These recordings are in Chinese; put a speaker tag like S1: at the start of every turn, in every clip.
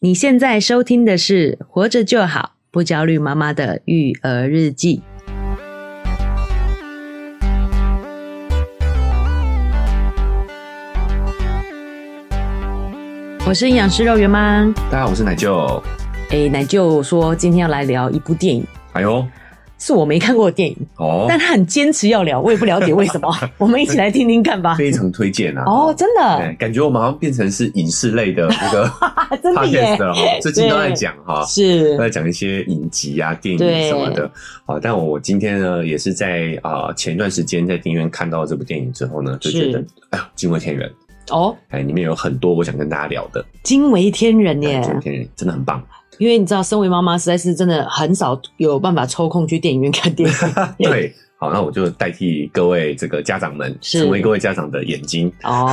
S1: 你现在收听的是《活着就好，不焦虑妈妈的育儿日记》。我是营养师肉圆妈。
S2: 大家好，我是奶舅。
S1: 诶，奶舅说今天要来聊一部电影，
S2: 哎呦，
S1: 是我没看过的电影，
S2: 哦
S1: 但，他很坚持要聊，我也不了解为 什么。我们一起来听听看吧。
S2: 非常推荐啊！
S1: 哦，真的，啊
S2: 对，感觉我们好像变成是影视 类的那个
S1: 真的耶
S2: podcast 了哈，最近都在讲哈。
S1: 是
S2: 都在讲一些影集啊、电影
S1: 对
S2: 什么的啊，但我今天呢，也是在啊、前一段时间在电影院看到这部电影之后呢，就觉得
S1: 是
S2: 哎呀，惊为天人！
S1: 哦，
S2: 哎，里面有很多我想跟大家聊的，
S1: 惊为天人
S2: 哎
S1: 耶！
S2: 惊为天人真的 很棒。
S1: 因为你知道，身为妈妈，实在是真的很少有办法抽空去电影院看电影
S2: 对，好，那我就代替各位这个家长们，
S1: 是
S2: 成为各位家长的眼睛，
S1: 哦。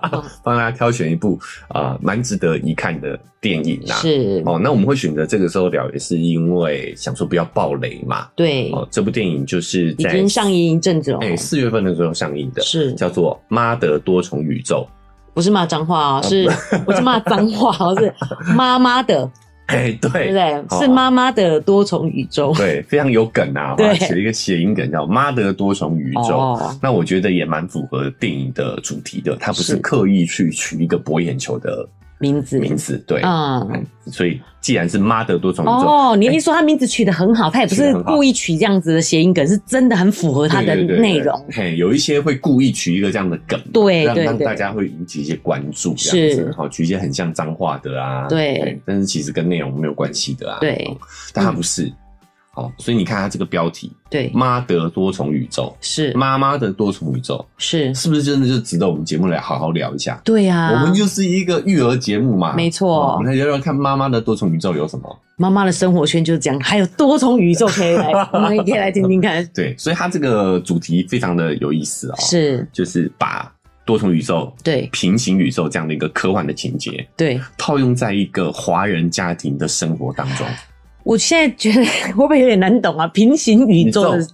S2: 帮大家挑选一部啊蛮、值得一看的电影啦、
S1: 是，
S2: 哦，那我们会选择这个时候聊，也是因为想说不要暴雷嘛。
S1: 对，
S2: 哦，这部电影就是
S1: 已
S2: 在
S1: 经上映一阵子了哦，
S2: 哎四、月份的时候上映的，
S1: 是
S2: 叫做《妈的多重宇宙
S1: 不是骂脏话
S2: 啊
S1: 哦？是不是骂脏话哦？是妈妈的，》。
S2: 哎，
S1: 对不
S2: 对
S1: 对？
S2: 哦
S1: 是妈妈的多重宇宙。
S2: 对，非常有梗 啊！
S1: 对
S2: 哇写了一个谐音梗叫“妈的多重宇宙”
S1: 哦，
S2: 那我觉得也蛮符合电影的主题的，它不是
S1: 是
S2: 刻意去取一个博眼球的
S1: 名字，
S2: 名字，哎对，
S1: 嗯，
S2: 所以既然是妈的多重宇宙，
S1: 哦，你一说他名字取得很好，他也不
S2: 哎取
S1: 是
S2: 得很好
S1: 故意取这样子的谐音梗，是真的很符合他的
S2: 对对对对
S1: 内容。
S2: 嘿，有一些会故意取一个这样的梗，
S1: 对
S2: 让
S1: 对
S2: 让
S1: 对
S2: 大家会引起一些关注，这样
S1: 是
S2: 子，好，取一些很像脏话的啊，
S1: 对
S2: 嘿，但是其实跟内容没有关系的啊，
S1: 对嗯
S2: 哦，但它不是，好，所以你看它这个标题
S1: 对
S2: “妈的多重宇宙”，
S1: 是
S2: 妈妈的多重宇宙，
S1: 是，
S2: 是不是真的就值得我们节目来好好聊一下？
S1: 对呀、
S2: 我们就是一个育儿节目嘛，
S1: 啊没错
S2: 哦我们来聊聊看妈妈的多重宇宙有什么。
S1: 妈妈的生活圈就是这样，还有多重宇宙可以来，我们也可以来听听看。
S2: 对，所以它这个主题非常的有意思哦，
S1: 是，
S2: 就是把多重宇宙
S1: 对
S2: 平行宇宙这样的一个科幻的情节，
S1: 对，
S2: 套用在一个华人家庭的生活当中。
S1: 我现在觉得会不会有点难懂啊？平行宇宙的
S2: 宇宙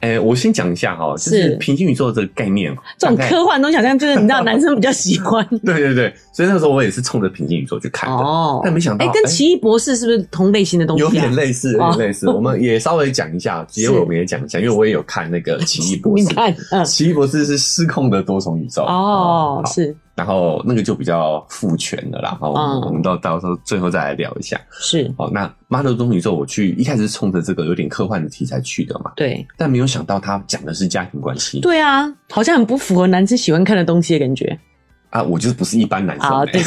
S2: 哎、我先讲一下哈、就是
S1: 是
S2: 平行宇宙这个概念，
S1: 这种
S2: 大概
S1: 科幻东西，好像就是你知道男生比较喜欢
S2: 对对对，所以那时候我也是冲着平行宇宙 去看的，
S1: 哦。
S2: 但没想到，
S1: 哎、跟奇异博士是不是同类型的东西、啊？
S2: 有点类似，有点类似。我们也稍微讲一下，结尾我们也讲一下，因为我也有看那个《奇异 博
S1: 你
S2: 士》。
S1: 看，嗯，
S2: 奇异博士是失控的多重宇宙
S1: 哦，
S2: 好
S1: 是
S2: 然后那个就比较父权的啦，好，我
S1: 嗯
S2: 们我们到到时候最后再来聊一下。
S1: 是，
S2: 好，哦那《妈的多重宇宙》我去一开始是冲着这个有点科幻的题材去的嘛，
S1: 对
S2: 但没有想到他讲的是家庭关系。
S1: 对啊，好像很不符合男生喜欢看的东西的感觉
S2: 啊，我就是不是一般男生、
S1: 啊。
S2: 欸。
S1: 对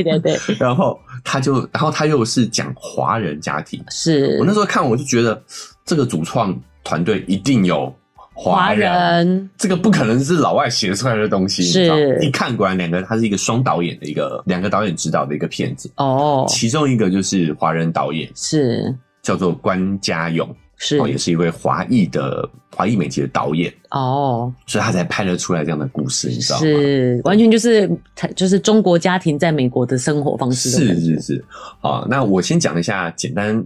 S1: 对对，对对对，
S2: 然后他就，然后他又是讲华人家庭。
S1: 是
S2: 我那时候看我就觉得这个主创团队一定有华
S1: 华
S2: 人。
S1: 人
S2: 这个不可能是老外写出来的东西，你知道吗
S1: 是
S2: 一看果然两个，它是一个双导演的一个两个导演指导的一个片子，
S1: 哦，
S2: 其中一个就是华人导演
S1: 是
S2: 叫做关家勇，
S1: 是
S2: 哦，也是一位华裔的华裔美籍的导演，
S1: 哦，
S2: 所以他才拍得出来这样的故事，你知道吗？
S1: 是完全就是就是中国家庭在美国的生活方式的
S2: 是
S1: 感觉
S2: 是是，好，那我先讲一下，简单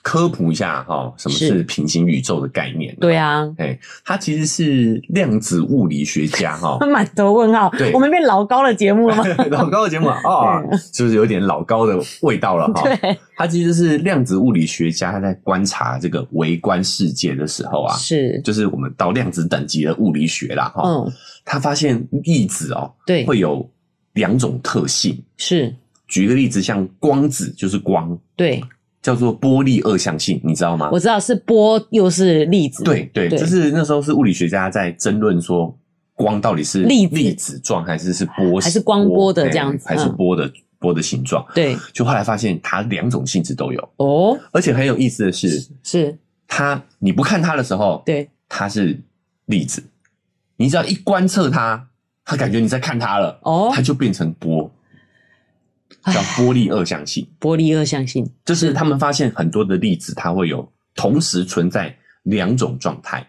S2: 科普一下哈、什么
S1: 是
S2: 是平行宇宙的概念？
S1: 对，啊，
S2: 哎，它其实是量子物理学家 哈、
S1: 满头问号
S2: 对，
S1: 我们变老高的节目了 吗？嗯
S2: 老高的节目 啊，哦就是有点老高的味道了哈。
S1: 对，
S2: 他其实是量子物理学家，他在观察这个微观世界的时候啊，
S1: 是，
S2: 就是我们到量子等级的物理学啦哈。
S1: 嗯，
S2: 他发现粒子哦
S1: 对，
S2: 会有两种特性，
S1: 是，
S2: 举个例子，像光子就是光，
S1: 对，
S2: 叫做波粒二象性，你知道吗？
S1: 我知道是波又是粒子，
S2: 对对，
S1: 对
S2: 就是那时候是物理学家在争论说，光到底是
S1: 粒子
S2: 粒子状还是是波
S1: 还是光波的这样子
S2: 哎还是
S1: 嗯
S2: 波的波的形状？
S1: 对，
S2: 就后来发现它两种性质都有，
S1: 哦，
S2: 而且很有意思的是，
S1: 是，
S2: 它你不看它的时候，
S1: 对，
S2: 它是粒子，你只要一观测它，它感觉你在看它了，
S1: 哦
S2: 它，就变成波，
S1: 唉
S2: 叫波粒二象性。
S1: 波粒二象性，
S2: 就是他们发现很多的粒子，它会有同时存在两种状态。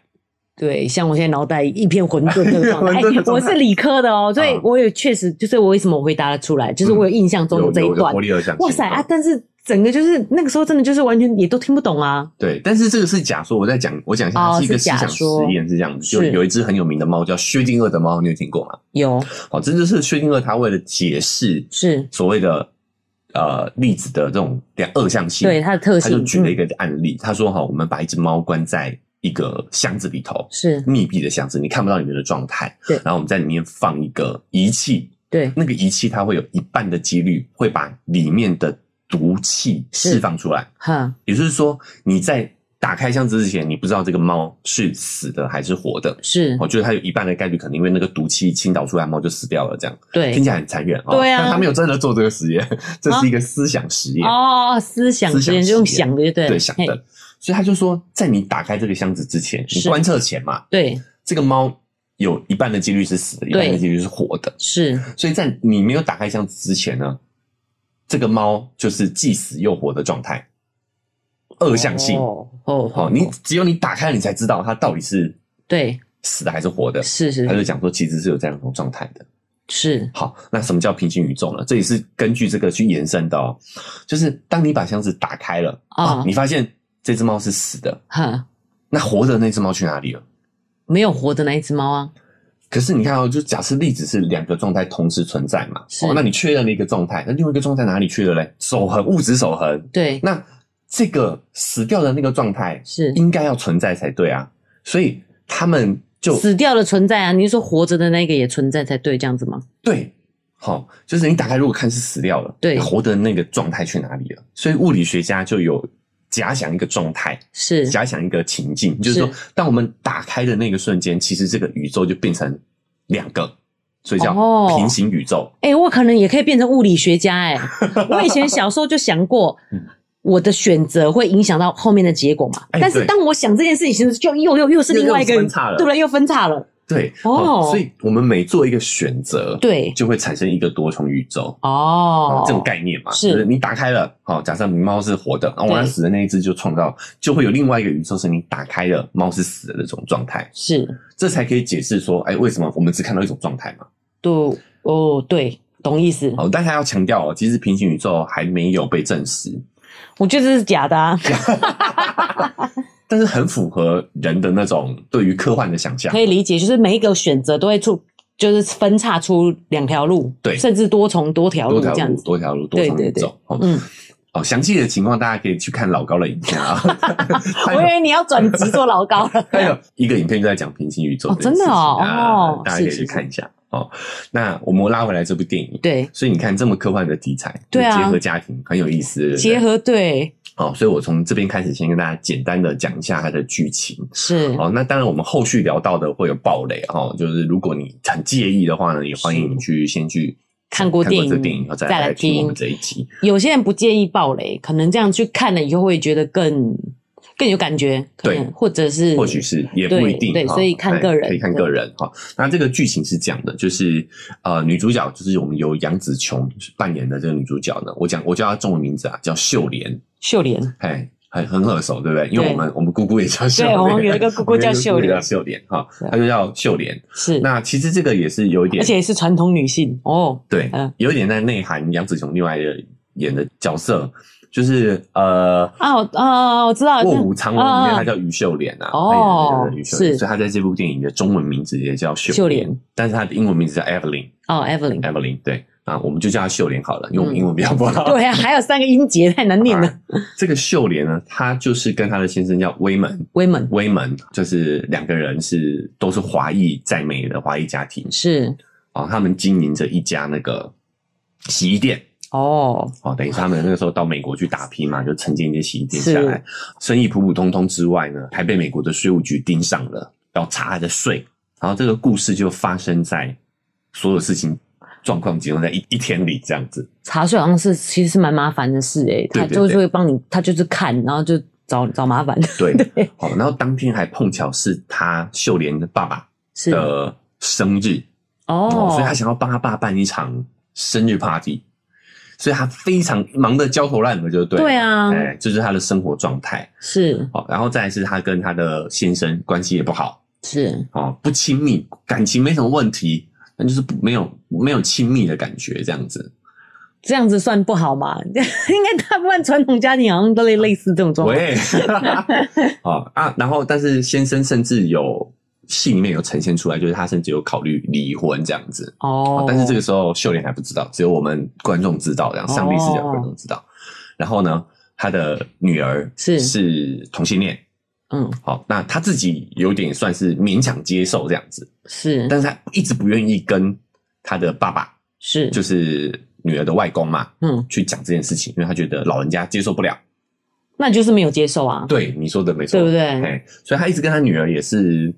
S1: 对，像我现在脑袋一片混沌 的状态。
S2: 混沌的
S1: 哎，我
S2: 状态
S1: 是理科的哦，所以
S2: 啊
S1: 我也确实就是我为什么我回答得出来，就是我有印象中
S2: 有
S1: 的这一
S2: 有有
S1: 段
S2: 波。粒二象性。
S1: 哇塞啊！
S2: 嗯！
S1: 但是整个就是那个时候真的就是完全也都听不懂啊。
S2: 对，但是这个是假说，我在讲，我讲一下，
S1: 哦
S2: 它是一个
S1: 是
S2: 思
S1: 假
S2: 想实
S1: 说
S2: 验是这样子，就是有一只很有名的猫叫薛定谔的猫，你有听过吗？哦
S1: 有
S2: 好，这就是薛定谔他为了解释
S1: 是
S2: 所谓的呃例子的这种两二向性，
S1: 对它的特
S2: 他就
S1: 性，
S2: 举了一
S1: 嗯
S2: 个案例，他说哈，我们把一只猫关在一个箱子里头，
S1: 是
S2: 密闭的箱子，你看不到里面的状态。
S1: 对
S2: 然后我们在里面放一个仪器，
S1: 对
S2: 那个仪器它会有一半的几率会把里面的毒气
S1: 是
S2: 释放出来，
S1: 哈
S2: 也就是说你在打开箱子之前，你不知道这个猫是死的还是活的。
S1: 是
S2: 我觉得它有一半的概率可能因为那个毒气倾倒出来，猫就死掉了。这样
S1: 对
S2: 听起来很残忍哦。
S1: 对啊
S2: 但他没有真的做这个 实验，这是一个思想实验。
S1: 哦，思想
S2: 思
S1: 实
S2: 想
S1: 验
S2: 实
S1: 就用
S2: 验
S1: 想的就对了，
S2: 对，想
S1: 嘿
S2: 的。所以他就说，在你打开这个箱子之前，你
S1: 是
S2: 观测前嘛，
S1: 对
S2: 这个猫有一半的几率是死的，一
S1: 对
S2: 半的几率是活的。
S1: 是
S2: 所以在你没有打开箱子之前呢，这个猫就是既死又活的状态，二向性。哦
S1: 哦哦哦
S2: 你只有你打开了，你才知道它到底是
S1: 对
S2: 死的还是活的。
S1: 是是
S2: 他就讲说，其实是有这样一种状态的。
S1: 是
S2: 好，那什么叫平行宇宙呢？这也是根据这个去延伸的哦。就是当你把箱子打开了
S1: 哦
S2: 啊，你发现这只猫是死的，
S1: 哈，
S2: 那活的那只猫去哪里了？
S1: 没有活的那一只猫啊，
S2: 可是你看哦，就假设例子是两个状态同时存在嘛，
S1: 是
S2: 哦，那你确认了一个状态，那另外一个状态哪里去了嘞？守恒，物质守恒。
S1: 对
S2: 那这个死掉的那个状态
S1: 是
S2: 应该要存在才对啊，所以他们就
S1: 死掉的存在啊，你是说活着的那个也存在才对，这样子吗？
S2: 对，好、就是你打开如果看是死掉了，
S1: 对
S2: 那活的那个状态去哪里了？所以物理学家就有假想一个状态，
S1: 是
S2: 假想一个情境，就是说，当我们打开的那个瞬间，其实这个宇宙就变成两个，所以叫
S1: 哦
S2: 平行宇宙。
S1: 哎、我可能也可以变成物理学家 哎、我以前小时候就想过
S2: 嗯，
S1: 我的选择会影响到后面的结果嘛。
S2: 哎
S1: 但是
S2: 对
S1: 当我想这件事情时，就又又又是另外一个
S2: 又又分叉了
S1: 对不对？又分叉了，
S2: 对，
S1: 哦
S2: 所以我们每做一个选择，，
S1: 对，
S2: 就会产生一个多重宇宙。
S1: 哦，
S2: 这种概念嘛，
S1: 是
S2: 就你打开了，好、假设猫是活的，然后我要
S1: 对
S2: 死的那一只就创造，就会有另外一个宇宙是你打开了，猫是死的那种状态，
S1: 是，
S2: 这才可以解释说，哎，为什么我们只看到一种状态嘛？
S1: 对，哦，对，懂意思。
S2: 哦，但他要强调哦，其实平行宇宙还没有被证实，
S1: 我觉得这是假的、啊，
S2: 但是很符合人的那种对于科幻的想象
S1: 可。以理解，就是每一个选择都会出，就是分叉出两条路，
S2: 对
S1: 甚至多重多条
S2: 多
S1: 路
S2: 条
S1: 这样
S2: 路，
S1: 子。
S2: 多条路，多重
S1: 对对
S2: 宇
S1: 对
S2: 宙。哦
S1: 嗯，
S2: 哦，详细的情况大家可以去看老高的影 片啊。
S1: 我
S2: 他
S1: 以
S2: 有
S1: 为你要转职做老高了。
S2: 他有一个影片就在讲平行宇宙
S1: 哦
S2: 这件
S1: 真的哦
S2: 事情啊
S1: 哦
S2: 大家可以
S1: 是是
S2: 去看一下哦。那我们拉回来这部电影，
S1: 对，
S2: 所以你看这么科幻的题材，
S1: 对啊
S2: 结合家庭很有意思，对不对
S1: 结合对
S2: 哦。所以我从这边开始，先跟大家简单的讲一下它的剧情。
S1: 是
S2: 哦，那当然，我们后续聊到的会有暴雷哦，就是如果你很介意的话呢，也欢迎你去先去
S1: 看过电影
S2: 这电影以后再
S1: 再来
S2: 来听我们
S1: 听
S2: 这一集。
S1: 有些人不介意暴雷，可能这样去看了以后会觉得更更有感觉，可能
S2: 对
S1: 或者是
S2: 或许是也不一定
S1: 对对
S2: 哈
S1: 所以看个人
S2: 哎可以看个人哈。那这个剧情是这样的，就是呃，女主角就是我们由杨紫琼扮演的这个女主角呢，我讲我叫她中文名字啊，叫秀莲，
S1: 秀 莲
S2: 哎，很很耳熟，对不对？因为
S1: 对
S2: 我们我们姑姑也叫秀
S1: 对
S2: 莲，
S1: 我们 有一个姑姑叫秀莲
S2: 我们有一个姑姑叫秀莲哈
S1: 对，
S2: 她就叫秀莲。
S1: 是，
S2: 那其实这个也是有一点
S1: 而，且是传统女性哦，
S2: 对
S1: 嗯，
S2: 有一点在内涵杨紫琼另外的演的角色，就是呃。
S1: 啊我啊，我知道，
S2: 卧虎藏龙里面，
S1: 啊
S2: 她叫于秀莲啊，
S1: 哦
S2: 她演的就是于秀莲，
S1: 是
S2: 所以她在这部电影的中文名字也叫秀
S1: 秀莲，
S2: 但是她的英文名字叫 Evelyn，Evelyn
S1: 哦，Evelyn，
S2: 对啊，我们就叫她秀莲好了，因为我们英文比较不 好。
S1: 嗯对啊，还有三个音节太难念了
S2: 啊，这个秀莲呢，她就是跟她的先生叫威门，
S1: 威猛
S2: 威门就是两个人是都是华裔在美的华裔家庭
S1: 是
S2: 哦，他们经营着一家那个洗衣店。
S1: 哦，
S2: 哦，等于是他们那个时候到美国去打拼嘛，就承建一些洗衣店下来，生意普普通通之外呢，还被美国的税务局盯上了，要查他的税。然后这个故事就发生在所有事情状况集中在一一天里这样子。
S1: 查税好像是其实是蛮麻烦的事诶、
S2: 对
S1: 他
S2: 对
S1: 就是
S2: 对
S1: 会帮你，他就是看，然后就找找麻烦，
S2: 对，好、然后当天还碰巧是他秀莲的爸爸
S1: 是
S2: 的生日，呃哦，
S1: 哦
S2: 所以他想要帮他爸办一场生日 party，所以他非常忙得焦头烂额，就对了。
S1: 对啊
S2: 哎，这、就是他的生活状态。
S1: 是
S2: 好，然后再来是他跟他的先生关系也不好，
S1: 是
S2: 哦，不亲密，感情没什么问题，但就是不没有没有亲密的感觉这样子。
S1: 这样子算不好嘛？ 应该大部分传统家庭好像都
S2: 啊
S1: 类类似这种状况，
S2: 喂，好啊，然后但是先生甚至有戏里面有呈现出来，就是他甚至有考虑离婚这样子。
S1: 哦，
S2: 但是这个时候秀莲还不知道，只有我们观众知道，这样上帝视角观众知道。然后呢，他的女儿
S1: 哦是
S2: 是同性恋，
S1: 嗯
S2: 好，那他自己有点算是勉强接受这样子，
S1: 是
S2: 但是他一直不愿意跟他的爸爸，
S1: 是
S2: 就是女儿的外公嘛，
S1: 嗯，
S2: 去讲这件事情，因为他觉得老人家接受不了。
S1: 那就是没有接受啊，
S2: 对，你说的没错，
S1: 对不对
S2: 哎，所以他一直跟他女儿也是，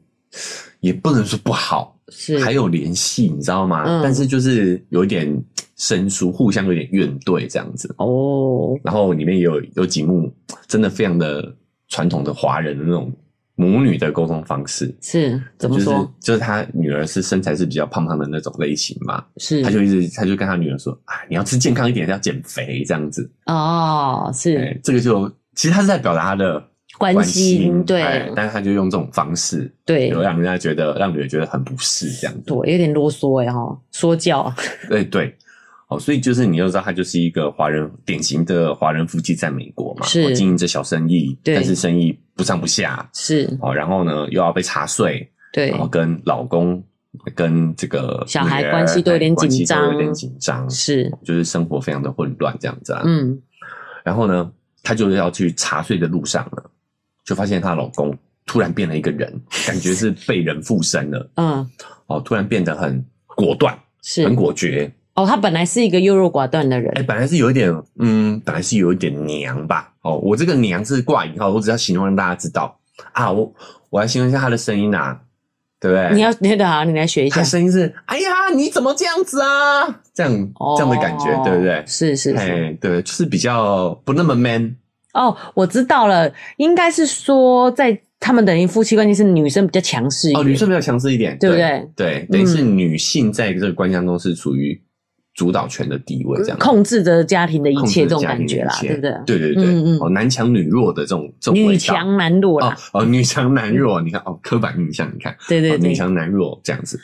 S2: 也不能说不好，
S1: 是
S2: 还有联系，你知道吗？
S1: 嗯
S2: 但是就是有一点生疏，互相有点怨怼这样子。
S1: 哦，
S2: 然后里面也有有几幕真的非常的传统的华人的那种母女的沟通方式。
S1: 是怎么
S2: 就是
S1: 说？
S2: 就是他女儿是身材是比较胖胖的那种类型嘛，
S1: 是
S2: 他就一直他就跟他女儿说啊，你要吃健康一点，要减肥这样子。
S1: 哦，
S2: 哎、
S1: 是
S2: 这个就其实他是在表达他的
S1: 关心，
S2: 哎
S1: 对
S2: 但是他就用这种方式，
S1: 对
S2: 有啊让人家觉得让女人觉得很不适这样子。
S1: 对，有点啰嗦哎哈，说教，
S2: 对对，哦，所以就是你要知道，他就是一个华人典型的华人夫妻，在美国嘛，
S1: 是
S2: 哦经营着小生意，
S1: 对
S2: 但是生意不上不下，
S1: 是
S2: 哦，然后呢又要被查税，
S1: 对
S2: 然后跟老公跟这个
S1: 小孩
S2: 女儿
S1: 关系都有点
S2: 哎关
S1: 紧
S2: 系都
S1: 张
S2: 有点紧张，
S1: 是，
S2: 就是生活非常的混乱这样子啊。
S1: 嗯
S2: 然后呢，她就是要去茶税的路上了，就发现她老公突然变了一个人，感觉是被人附身了
S1: 嗯
S2: 哦，突然变得很果断、
S1: 是
S2: 很果决。
S1: 哦，他本来是一个优柔寡断的
S2: 哎，
S1: 人，
S2: 本来是有一点，嗯，本来是有一点娘吧。哦，我这个娘是挂引号，我只要形容让大家知道啊。我我来形容一下她的声音啊，对不对？
S1: 你要你等下你来学一
S2: 她
S1: 下
S2: 的，声音是，哎呀，你怎么这样子啊？这样
S1: 哦
S2: 这样的感觉，对不对？
S1: 是是是，
S2: 哎，对，就是比较不那么 man，
S1: 哦，我知道了，应该是说在他们等于夫妻关系是女生比较强势一
S2: 哦，
S1: 点，
S2: 女生比较强势一点，
S1: 对不
S2: 对？等于是
S1: 嗯
S2: 女性在这个关系当中是处于主导权的地位，这样
S1: 控制着家庭的一
S2: 控
S1: 切
S2: 制
S1: 这种
S2: 家庭
S1: 感
S2: 的
S1: 觉
S2: 一
S1: 啦，
S2: 切
S1: 对不对？
S2: 对对对
S1: 嗯嗯
S2: 哦，男强女弱的这种这种
S1: 女
S2: 味道
S1: 强男弱
S2: 哦
S1: 啦，
S2: 哦，女强男弱，你看哦，刻板印象，你看
S1: 对对
S2: 哦女
S1: 对，
S2: 强男弱这样子，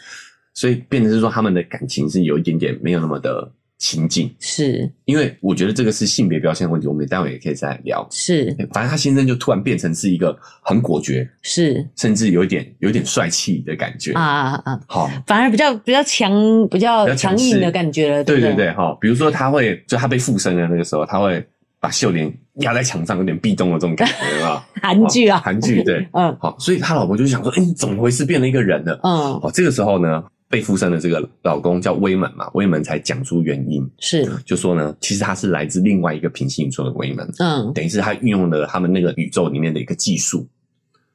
S2: 所以变成是说他们的感情是有一点点没有那么的亲近，
S1: 是
S2: 因为我觉得这个是性别标签的问题，我们待会也可以再聊。
S1: 是
S2: 反正他先生就突然变成是一个很果决，
S1: 是
S2: 甚至有一点有一点帅气的感觉，
S1: 啊啊啊，
S2: 好、
S1: 反而比较比较强，比较
S2: 较强
S1: 强硬
S2: 势
S1: 的感觉了，
S2: 对
S1: 不
S2: 对
S1: 对，
S2: 对，哈，比如说他会，就他被附身的那个时候，他会把秀莲压在墙上，有点壁咚的这种感觉啊。
S1: 韩剧
S2: 哦
S1: 啊，
S2: 韩剧对，
S1: 嗯
S2: 好，所以他老婆就想说，哎，你怎么回事，变了一个人了？
S1: 嗯，
S2: 哦，这个时候呢，被附身的这个老公叫威门嘛，威门才讲出原因，
S1: 是
S2: 就说呢，其实他是来自另外一个平行宇宙的威门，
S1: 嗯
S2: 等于是他运用了他们那个宇宙里面的一个技术。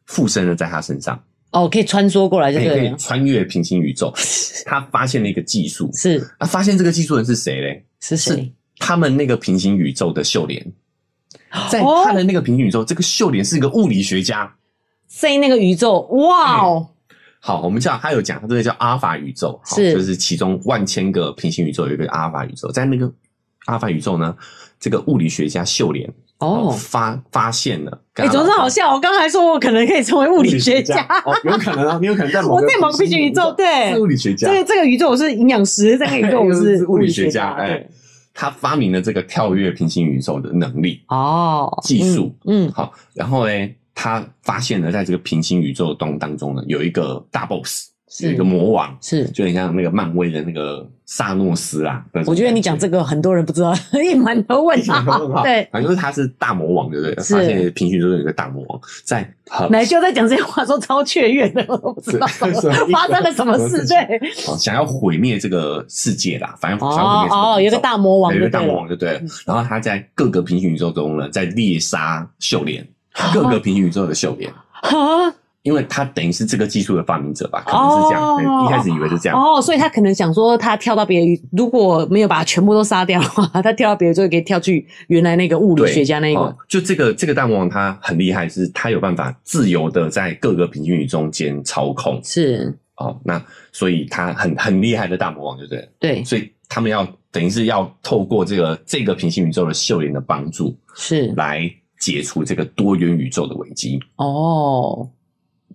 S2: 附身了在他身上，
S1: 哦，可以穿梭过来就
S2: 他也哎可
S1: 对
S2: 以
S1: 了，
S2: 穿越平行宇宙。他发现了一个技术，
S1: 是
S2: 他发现这个技术人是谁嘞？
S1: 是谁？
S2: 他们那个平行宇宙的秀莲，在
S1: 哦
S2: 他的那个平行宇宙，这个秀莲是一个物理学家。
S1: 在那个宇宙，哇哦，
S2: 好，我们知道他有讲，他这个叫阿尔法宇宙，好
S1: 是
S2: 就是其中万千个平行宇宙有一个阿尔法宇宙，在那个阿尔法宇宙呢，这个物理学家秀莲
S1: 哦，
S2: 发发现了，
S1: 哎，总之好像我刚才说我可能可以成为物理学家，
S2: 哦，有可能啊，你有可能在某
S1: 我
S2: 个
S1: 在某个平行宇宙，对
S2: 是，物理学家
S1: 这，个这个宇宙我是营养师，这个宇宙我
S2: 又
S1: 是
S2: 是物理学
S1: 家
S2: 家，， 哎
S1: 对，
S2: 他发明了这个跳跃平行宇宙的能力，
S1: 哦，
S2: 技术
S1: 嗯，嗯，
S2: 好，然后呢，他发现了在这个平行宇宙当当中呢，有一个大 boss，
S1: 是
S2: 有一个魔王，
S1: 是。
S2: 就很像那个漫威的那个萨诺斯啊。
S1: 我觉得你讲这个很多人不知道， 也满头问
S2: 个
S1: 号。对，
S2: 反正就是他是大魔王，对不对？
S1: 是
S2: 发现平行宇宙有一个大魔王在很
S1: 奶就在讲这些话，说超雀跃的，我都不知道
S2: 是什么意 思
S1: 发生了什么事。对，
S2: 哦想要毁灭这个世界啦，反正想要
S1: 哦
S2: 毁灭这
S1: 哦，有
S2: 宇宙
S1: 个大魔王
S2: 哎对有
S1: 就
S2: 个大
S1: 对嗯
S2: 魔
S1: 了，
S2: 王就对了。然后他在各个平行宇宙中呢，在猎杀秀莲，
S1: 哦
S2: 各个平行宇宙的秀莲。
S1: 啊
S2: 因为他等于是这个技术的发明者吧，可能是这样。
S1: 哦
S2: 一开始以为是这样，
S1: 哦，所以他可能想说，他跳到别的宇，如果没有把他全部都杀掉的话，他跳到别的就可以跳去原来那个物理
S2: 对
S1: 学家那一个
S2: 哦。就这个这个大魔王他很厉害，是他有办法自由的在各个平行宇宙间操控
S1: 是，
S2: 哦。那所以他很很厉害的大魔王，对不对？
S1: 对，
S2: 所以他们要等于是要透过这个这个平行宇宙的秀莲的帮助，
S1: 是
S2: 来解除这个多元宇宙的危机。
S1: 哦，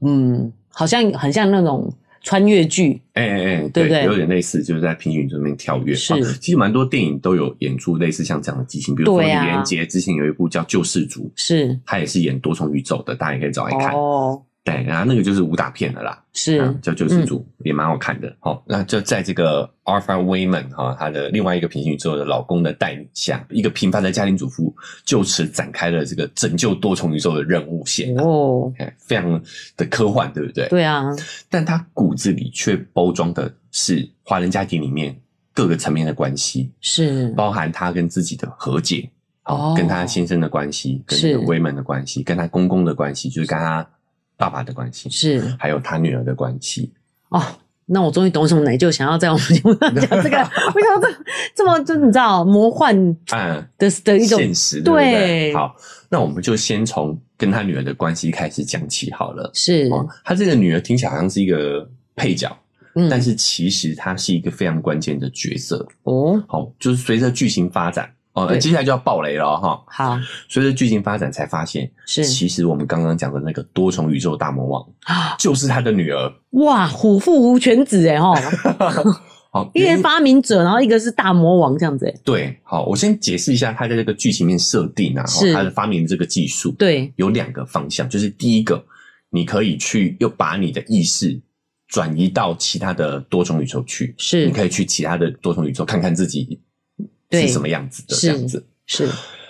S1: 嗯，好像很像那种穿越剧，
S2: 哎哎哎，
S1: 对不对
S2: 有点类似，就是在平行宇宙里面跳跃。
S1: 是
S2: 哦其实蛮多电影都有演出类似像这样的剧情，比如说李
S1: 对啊
S2: 连杰之前有一部叫《救世主》，
S1: 是
S2: 他也是演多重宇宙的，大家也可以找来看。
S1: 哦，
S2: 对，然后那个就是武打片的啦，
S1: 是
S2: 啊叫救世主，
S1: 嗯
S2: 也蛮好看的。好、那就在这个 Arthur Wayman 哈、她的另外一个平行宇宙的老公的带领下，一个平凡的家庭主妇就此展开了这个拯救多重宇宙的任务线、啊。
S1: 哦，
S2: 哎非常的科幻，对不对？
S1: 对啊，
S2: 但他骨子里却包装的是华人家庭里面各个层面的关系，
S1: 是
S2: 包含他跟自己的和解，
S1: 哦
S2: 跟他先生的关系，跟
S1: 是
S2: 这个威门的关系，跟他公公的关系，就是跟他爸爸的关系，
S1: 是
S2: 还有他女儿的关系。
S1: 哦。那我终于懂什么奶就想要在我们节目上讲这 个，为什么这这么就你知道魔幻
S2: 嗯，
S1: 的的一种
S2: 现实对不对？
S1: 对
S2: 好，那我们就先从跟他女儿的关系开始讲起好了。
S1: 是，
S2: 哦，他这个女儿听起来好像是一个配角，
S1: 嗯
S2: 但是其实她是一个非常关键的角色。
S1: 哦，
S2: 好、就是随着剧情发展，哦，
S1: 对
S2: 接下来就要爆雷了哦哈、
S1: 好
S2: 随着剧情发展才发现，
S1: 是
S2: 其实我们刚刚讲的那个多重宇宙大魔王
S1: 啊，
S2: 就是他的女 儿。
S1: 哇，虎父无犬子哎 哦，
S2: 好，
S1: 一个
S2: 原
S1: 是
S2: 因
S1: 发明者，然后一个是大魔王这样子哎，
S2: 对，好，我先解释一下他在这个剧情面设定啊，
S1: 是
S2: 哦他的发明这个技术，
S1: 对，
S2: 有两个方向，就是第一个，你可以去又把你的意识转移到其他的多重宇宙去，
S1: 是
S2: 你可以去其他的多重宇宙看看自己
S1: 对
S2: 是什么样子的
S1: 是
S2: 这样子。
S1: 是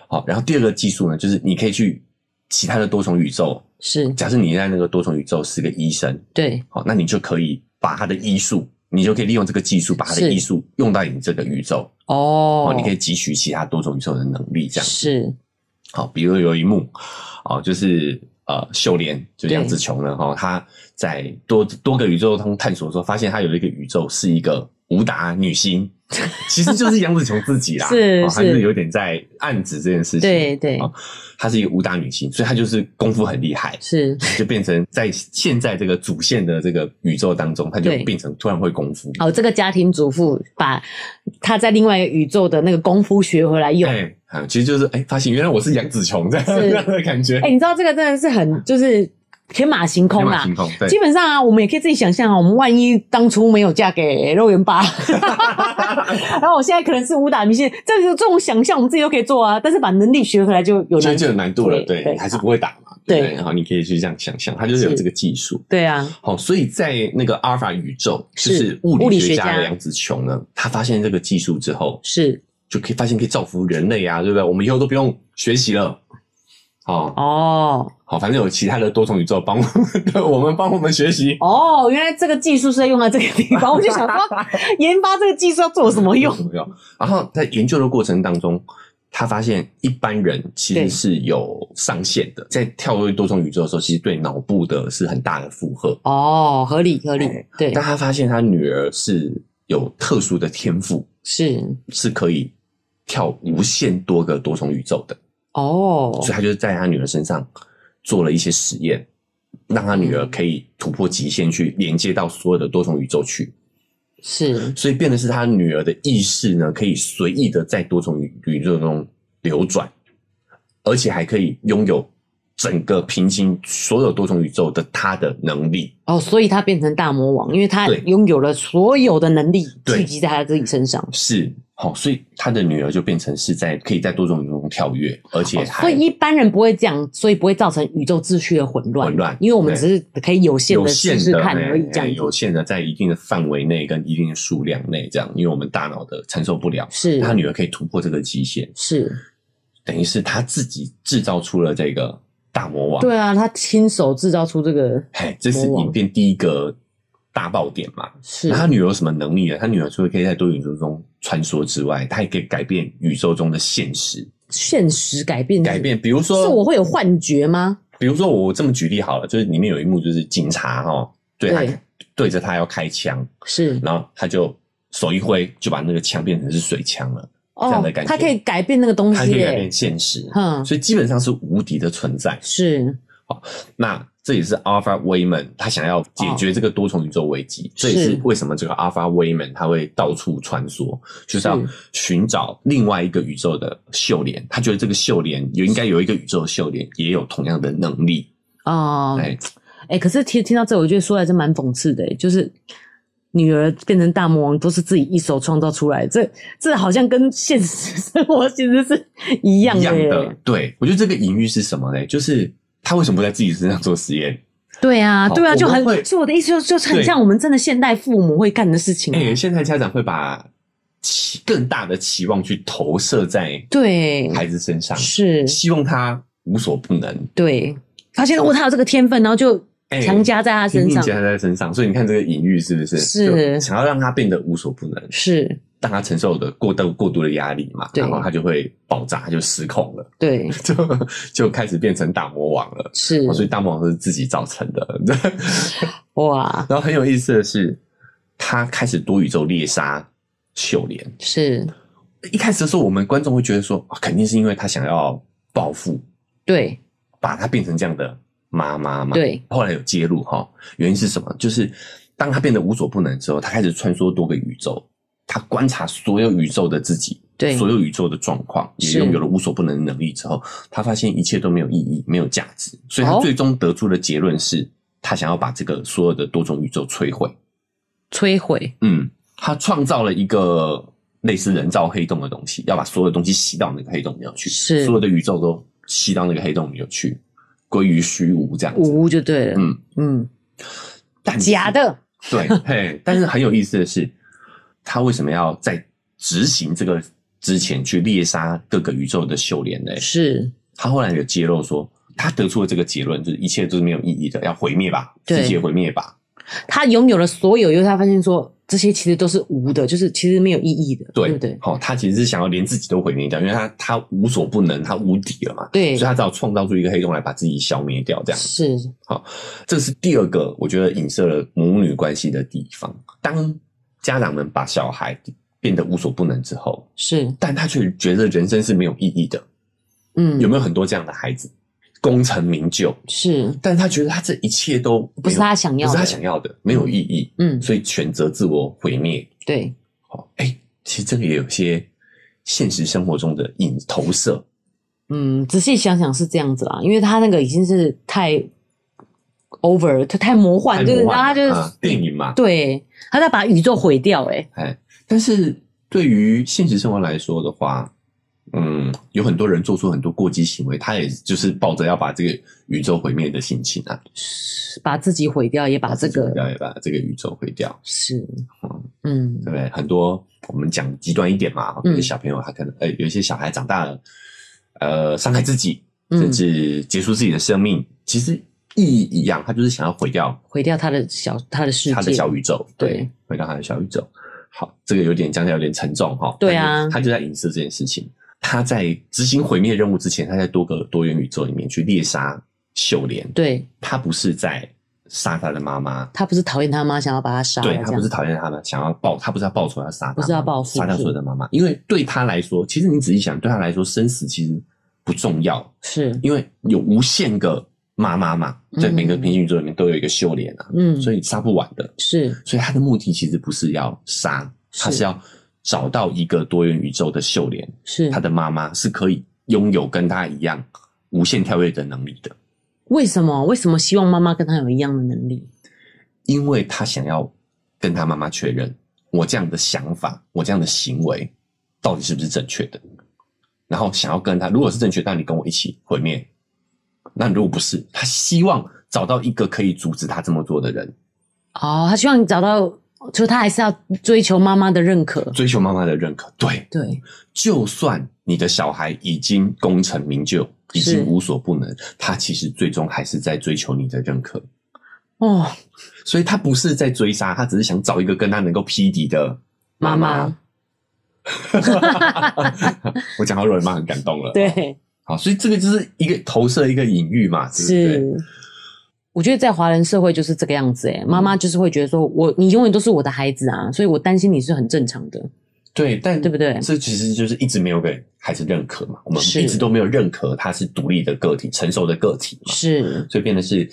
S2: 好，然后第二个技术呢，就是你可以去其他的多重宇宙。
S1: 是，
S2: 假设你在那个多重宇宙是个医生，
S1: 对，
S2: 好，那你就可以把他的医术，你就可以利用这个技术把他的
S1: 是
S2: 医术用到你这个宇宙，
S1: 哦
S2: 哦，，你可以汲取其他多重宇宙的能力，这样子。
S1: 是
S2: 好，比如有一幕，哦，就是呃，秀莲就
S1: 对
S2: 杨紫琼呢，哈，她在多多个宇宙中探索的时候，发现她有一个宇宙是一个武打女 星，其实就是杨紫琼自己啦，
S1: 是
S2: 哦她
S1: 是
S2: 是有点在暗指这件事情，
S1: 对对
S2: 哦她是一个武打女星，所以她就是功夫很厉害，
S1: 是，
S2: 就变成在现在这个主线的这个宇宙当中，他就
S1: 对哦
S2: 变成突然会功夫。
S1: 好，这个家庭主妇把她在另外一个宇宙的那个功夫学回来用。
S2: 哎，啊，其实就是哎，发现原来我是杨紫琼这样这样的感觉
S1: 哎、，你知道这个真的是很就是天马行空
S2: 天马
S1: 啦。
S2: 行空，对
S1: 基，本上啊，我们也可以自己想象啊，我们万一当初没有嫁给肉圆 爸，然后我现在可能是武打明星，这个这种想象我们自己都可以做啊。但是把能力学回来就有
S2: 所以
S1: 难
S2: 就
S1: 度。
S2: 有难度了，
S1: 对
S2: 对，
S1: 对
S2: 你还是不会打嘛，
S1: 对
S2: 对不对，然后你可以去这样想象，他就是有
S1: 是
S2: 这个技术。
S1: 对啊，
S2: 好，所以在那个阿尔法宇宙，就是是物
S1: 物理
S2: 理
S1: 学
S2: 学家
S1: 家
S2: 的杨紫琼呢，他发现这个技术之后，
S1: 是
S2: 就可以发现可以造福人类啊，对不对？我们以后都不用学习了。哦，
S1: 哦
S2: 好，反正有其他的多重宇宙帮我们，我们帮我们学习。
S1: 哦，原来这个技术是在用在这个地方，我就想说，研发这个技术要做什么用？
S2: 没有。然后在研究的过程当中，他发现一般人其
S1: 对
S2: 实是有上限的，在跳入多重宇宙的时候，其实对脑部的是很大的负荷。
S1: 哦，合理合理，
S2: 哎
S1: 对
S2: 但，他发现他女儿是有特殊的天赋，
S1: 是
S2: 是可以跳无限多个多重宇宙的，
S1: 哦，
S2: 所以他就在他女儿身上做了一些实验。让他女儿可以突破极限，去连接到所有的多重宇宙去，
S1: 是
S2: 所以变得是他女儿的意识呢，可以随意的在多重宇宇宙中流转，而且还可以拥有整个平行所有多重宇宙的他的能力。
S1: 哦，所以他变成大魔王，因为他
S2: 对
S1: 拥有了所有的能力
S2: 对
S1: 聚集在他自己身上。
S2: 是，好、所以他的女儿就变成是在可以在多重宇宙中跳跃，而且
S1: 哦所
S2: 还
S1: 以一般人不会这样，所以不会造成宇宙秩序的混乱。
S2: 混乱
S1: 因为我们只是可以有限
S2: 有
S1: 的
S2: 限
S1: 试
S2: 的
S1: 试看
S2: 哎
S1: 而已，这
S2: 哎
S1: 样
S2: 有
S1: 子。
S2: 限的在一定的范围内跟一定的数量内这样，因为我们大脑的承受不了，
S1: 是
S2: 他女儿可以突破这个极限，
S1: 是，
S2: 等于是他自己制造出了这个大魔王。
S1: 对啊，他亲手制造出这个
S2: 嘿，这是
S1: 魔王
S2: 影片第一个大爆点嘛。
S1: 是
S2: 那他女儿有什么能力呢？他女儿除了可以在多宇宙中穿梭之外，她也可以改变宇宙中的现实，
S1: 现实改变，
S2: 改变。比如
S1: 是我
S2: 说，
S1: 会有幻觉吗？
S2: 比如说我这么举例好了，就是里面有一幕就是警察哈、哦，对
S1: 对
S2: 他对着他要开枪，
S1: 是
S2: 然后他就手一挥就把那个枪变成是水枪了，这
S1: 哦
S2: 样的，感觉
S1: 他可以改变那个东
S2: 他
S1: 西
S2: 可以改变
S1: 耶。
S2: 现实，
S1: 哼，
S2: 所以基本上是无敌的存在。
S1: 是
S2: 那这也是 Alpha Wayman 他想要解决这个多重宇宙危机，这也是为什么这个 Alpha Wayman 他会到处穿梭，就是要寻找另外一个宇宙的秀莲。他觉得这个秀莲有应该有一个宇宙的秀莲也有同样的能力，
S1: 哦，
S2: 哎、
S1: 哎、可是听听到这，我觉得说来真蛮讽刺的、欸就是女儿变成大魔王都是自己一手创造出来，这这好像跟现实生活其实是一样
S2: 一
S1: 的、
S2: 样
S1: 欸。
S2: 的。对我觉得这个隐喻是什么呢？就是他为什么不在自己身上做实验？
S1: 对啊，
S2: 好
S1: 对啊，
S2: 我
S1: 就
S2: 们
S1: 很
S2: 会，
S1: 所以我的意思就是，就是很
S2: 对
S1: 像我们真的现代父母会干的事情啊。
S2: 哎、现在家长会把期更大的期望去投射在
S1: 对，
S2: 孩子身上，
S1: 是，
S2: 希望他无所不能，
S1: 对，发现哦我他有这个天分，然后就
S2: 哎
S1: 强加在他
S2: 拼
S1: 身
S2: 命
S1: 上，
S2: 加在身上。所以你看这个隐喻是不是？
S1: 是
S2: 就想要让他变得无所不能，
S1: 是，
S2: 让他承受的过度过度的压力嘛，
S1: 对
S2: 然后他就会爆炸，他就失控了，
S1: 对，
S2: 就就开始变成大魔王了。哦
S1: 是，
S2: 所以大魔王是自己造成的。
S1: 哇，
S2: 然后很有意思的是，他开始多宇宙猎杀秀莲。
S1: 是，
S2: 一开始的时候，我们观众会觉得说，啊肯定是因为他想要报复，
S1: 对，
S2: 把她变成这样的妈妈嘛。
S1: 对，
S2: 后来有揭露哈，原因是什么？就是当她变得无所不能之后，她开始穿梭多个宇宙，她观察所有宇宙的自己，
S1: 对
S2: 所有宇宙的状况，也
S1: 是
S2: 拥有了无所不能的能力之后，她发现一切都没有意义，没有价值，所以她
S1: 哦
S2: 最终得出的结论是，她想要把这个所有的多种宇宙摧毁。
S1: 摧毁，
S2: 嗯，她创造了一个。类似人造黑洞的东西，要把所有东西吸到那个黑洞里面去，
S1: 是
S2: 所有的宇宙都吸到那个黑洞里面去，归于虚无这样子。
S1: 无就对了，
S2: 嗯，
S1: 嗯，
S2: 但是
S1: 假的，
S2: 对，嘿，但是很有意思的是，他为什么要在执行这个之前去猎杀各个宇宙的秀莲呢？
S1: 是，
S2: 他后来有揭露说，他得出了这个结论，就是一切都是没有意义的，要毁灭吧，
S1: 对
S2: 世界毁灭吧。
S1: 他拥有了所有，因为他发现说这些其实都是无的，就是其实没有意义的，对
S2: 对
S1: 不对？
S2: 好、他其实是想要连自己都毁灭掉，因为他他无所不能，他无敌了嘛，
S1: 对
S2: 所以他只好创造出一个黑洞来把自己消灭掉，这样。
S1: 是，
S2: 这是第二个，我觉得影射了母女关系的地方。当家长们把小孩变得无所不能之后，
S1: 是，
S2: 但他却觉得人生是没有意义的。
S1: 嗯，
S2: 有没有很多这样的孩子，功成名就，
S1: 是，
S2: 但他觉得他这一切都
S1: 不是他想
S2: 没有
S1: 要
S2: 不
S1: 的，
S2: 是他想要的，没有意义，
S1: 嗯，
S2: 所以选择自我毁灭。
S1: 对，
S2: 哦，哎、其实这个也有些现实生活中的影投射。
S1: 嗯，仔细想想是这样子啦，因为他那个已经是太 over，了他太魔幻，就是然
S2: 太魔
S1: 后
S2: 幻
S1: 他
S2: 了
S1: 就是、
S2: 啊电影嘛，
S1: 对，他在把宇宙毁掉、欸，
S2: 哎，但是对于现实生活来说的话，嗯，有很多人做出很多过激行为，他也就是抱着要把这个宇宙毁灭的心情啊，
S1: 把自己毁掉，也把这个
S2: 要把这个宇宙毁掉。
S1: 是
S2: 嗯，
S1: 嗯
S2: 对，不对？很多我们讲极端一点嘛，
S1: 嗯
S2: 有些小朋友他可能呃，有一些小孩长大了，呃，伤害自己，
S1: 嗯
S2: 甚至结束自己的生命，其实意义一样，他就是想要毁掉
S1: 毁掉他的小他的世界，
S2: 他的小宇宙，
S1: 对，
S2: 毁掉他的小宇宙。好，这个有点讲起来有点沉重哈。
S1: 对啊
S2: 但是他就在影射这件事情。他在执行毁灭任务之前，他在多个多元宇宙里面去猎杀秀莲，
S1: 对
S2: 他不是在杀他的妈妈，
S1: 他不是讨厌他妈，想要把他杀了
S2: 对
S1: 这样，
S2: 他不是讨厌他们，想要报他不是要报仇要杀他妈妈，
S1: 不是要报复
S2: 杀掉
S1: 是
S2: 所有的妈妈，因为对他来说，其实你仔细想，对他来说生死其实不重要，
S1: 是
S2: 因为有无限个妈妈嘛，在
S1: 嗯
S2: 每个平行宇宙里面都有一个修炼啊，
S1: 嗯
S2: 所以杀不完的，
S1: 是
S2: 所以他的目的其实不是要杀，
S1: 是
S2: 他是要找到一个多元宇宙的秀莲，
S1: 是
S2: 他的妈妈是可以拥有跟他一样无限跳跃的能力的，
S1: 为什么为什么希望妈妈跟他有一样的能力？
S2: 因为他想要跟他妈妈确认，我这样的想法，我这样的行为到底是不是正确的，然后想要跟他，如果是正确，那你跟我一起毁灭；那如果不是，他希望找到一个可以阻止他这么做的人，
S1: 哦，他希望你找到，就他还是要追求妈妈的认可，
S2: 追求妈妈的认可。对，
S1: 对，
S2: 就算你的小孩已经功成名就，已
S1: 是
S2: 经无所不能，他其实最终还是在追求你的认可。
S1: 哦，
S2: 所以他不是在追杀，他只是想找一个跟他能够匹敌的妈
S1: 妈
S2: 妈
S1: 妈。
S2: 我讲到肉人妈很感动了。，
S1: 对，
S2: 好，所以这个就是一个投射一个隐喻嘛，对不对？
S1: 是。我觉得在华人社会就是这个样子、欸，妈妈就是会觉得说，我你永远都是我的孩子啊，所以我担心你是很正常的，
S2: 对，但
S1: 对不对
S2: 这其实就是一直没有给孩子认可嘛，我们
S1: 是
S2: 一直都没有认可他是独立的个体、成熟的个体嘛，
S1: 是
S2: 所以变得是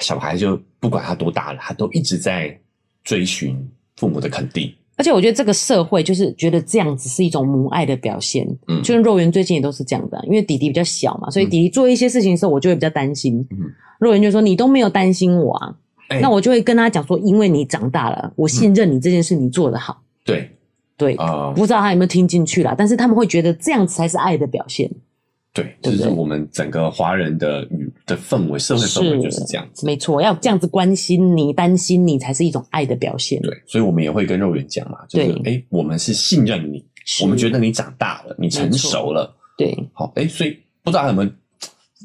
S2: 小孩就不管他多大了，他都一直在追寻父母的肯定。
S1: 而且我觉得这个社会就是觉得这样子是一种母爱的表现，
S2: 嗯
S1: 就跟肉圆最近也都是这样的啊、因为弟弟比较小嘛，所以弟弟做一些事情的时候，我就会比较担心。
S2: 嗯
S1: 肉圆就说：“你都没有担心我啊。
S2: 哎
S1: 那我就会跟他讲说：“因为你长大了，我信任你这件事，你做得好。
S2: 对
S1: 对，
S2: 啊、呃
S1: 嗯不知道他有没有听进去啦，但是他们会觉得这样子才是爱的表现。
S2: 对，
S1: 对
S2: 就
S1: 不对
S2: 是我们整个华人的语的氛围，社会氛围就是这样子。
S1: 没错，要这样子关心你、担心你，才是一种爱的表现。
S2: 对，所以我们也会跟肉圆讲嘛，就是哎、
S1: 对
S2: 诶我们是信任你，
S1: 是
S2: 我们觉得你长大了，你成
S1: 没错
S2: 熟了，
S1: 对，
S2: 好，哎、所以不知道他们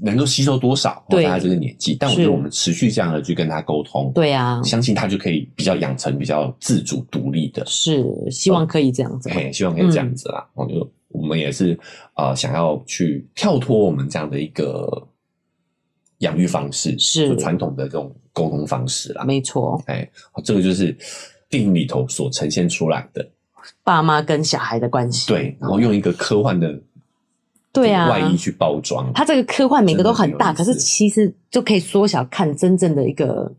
S2: 能够吸收多少，哦
S1: 对
S2: 大家这个年纪，但我
S1: 是
S2: 觉得我们持续这样的去跟他沟通，
S1: 对啊，
S2: 相信他就可以比较养成比较自主独立的，
S1: 是希望可以这样子。
S2: 哎、希望可以这样
S1: 嗯
S2: 子啦。我、就我们也是呃，想要去跳脱我们这样的一个养育方式，
S1: 是
S2: 就传统的这种沟通方式啦。
S1: 没错，
S2: 哎、这个就是电影里头所呈现出来的，
S1: 爸妈跟小孩的关系。
S2: 对，然后用一个科幻的
S1: 对啊
S2: 外衣去包装，
S1: 它这个科幻每个都很大，可
S2: 真的很有
S1: 是
S2: 意思
S1: 其实就可以缩小看真正的一个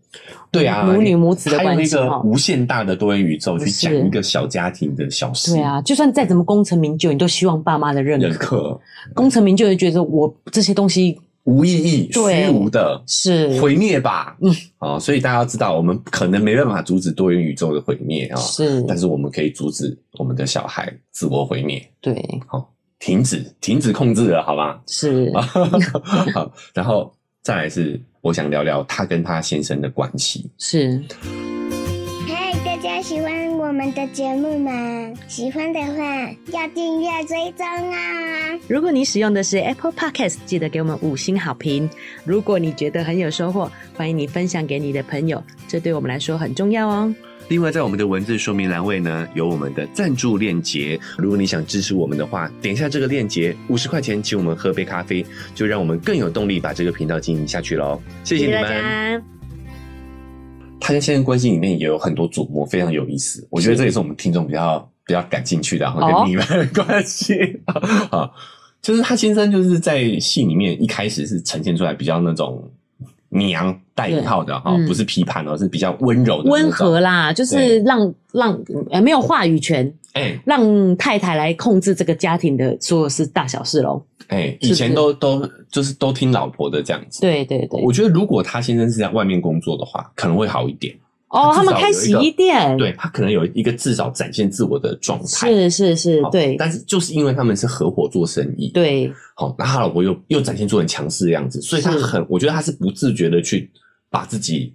S2: 对啊，
S1: 母女母子的
S2: 还有
S1: 关
S2: 一
S1: 系
S2: 个
S1: 哈。
S2: 无限大的多元宇宙去讲
S1: 是
S2: 一个小家庭的小事，
S1: 对，啊，就算再怎么功成名就，你都希望爸妈的认
S2: 人
S1: 可。
S2: 可
S1: 功成名就就觉得我这些东西
S2: 无意义、
S1: 对
S2: 虚无的。
S1: 是
S2: 毁灭吧，
S1: 嗯，
S2: 哦，所以大家要知道，我们可能没办法阻止多元宇宙的毁灭啊，
S1: 是，
S2: 但是我们可以阻止我们的小孩自我毁灭，
S1: 对
S2: 停止，停止控制了，好吗？
S1: 是，
S2: 啊好，然后再来是，我想聊聊他跟他先生的关系。
S1: 是
S3: 嗨，大家喜欢我们的节目吗？喜欢的话要订阅追踪啊、
S1: 如果你使用的是 Apple Podcast，记得给我们五星好评。如果你觉得很有收获，欢迎你分享给你的朋友，这对我们来说很重要哦。
S2: 另外，在我们的文字说明栏位呢，有我们的赞助链接。如果你想支持我们的话，点一下这个链接，五十块钱请我们喝杯咖啡，就让我们更有动力把这个频道经营下去喽。谢谢你们。
S1: 家，
S2: 他跟先生关系里面也有很多琢磨，非常有意思。我觉得这也是我们听众比较比较感兴趣的，然后
S1: 哦
S2: 跟你们 的关系啊，就是他先生就是在戏里面一开始是呈现出来比较那种娘带引号的哈、
S1: 嗯
S2: 不是批判哦，是比较温柔的那种
S1: 温和。啦，就是
S2: 对
S1: 让让呃没有话语权，
S2: 哎、
S1: 让太太来控制这个家庭的所有事大小事喽。
S2: 哎、
S1: 是
S2: 以
S1: 不
S2: 前
S1: 是
S2: 都都就是都听老婆的这样子。
S1: 对对对，
S2: 我觉得如果他先生是在外面工作的话，可能会好一点。
S1: 哦，
S2: 至
S1: 他
S2: 少
S1: 们开洗衣店，
S2: 对他可能有一个至少展现自我的状态。
S1: 是是是
S2: 好，
S1: 对
S2: 但是就是因为他们是合伙做生意，，
S1: 对，
S2: 好，那他老婆又又展现出很强势的样子，所以他
S1: 是
S2: 很，我觉得他是不自觉的去把自己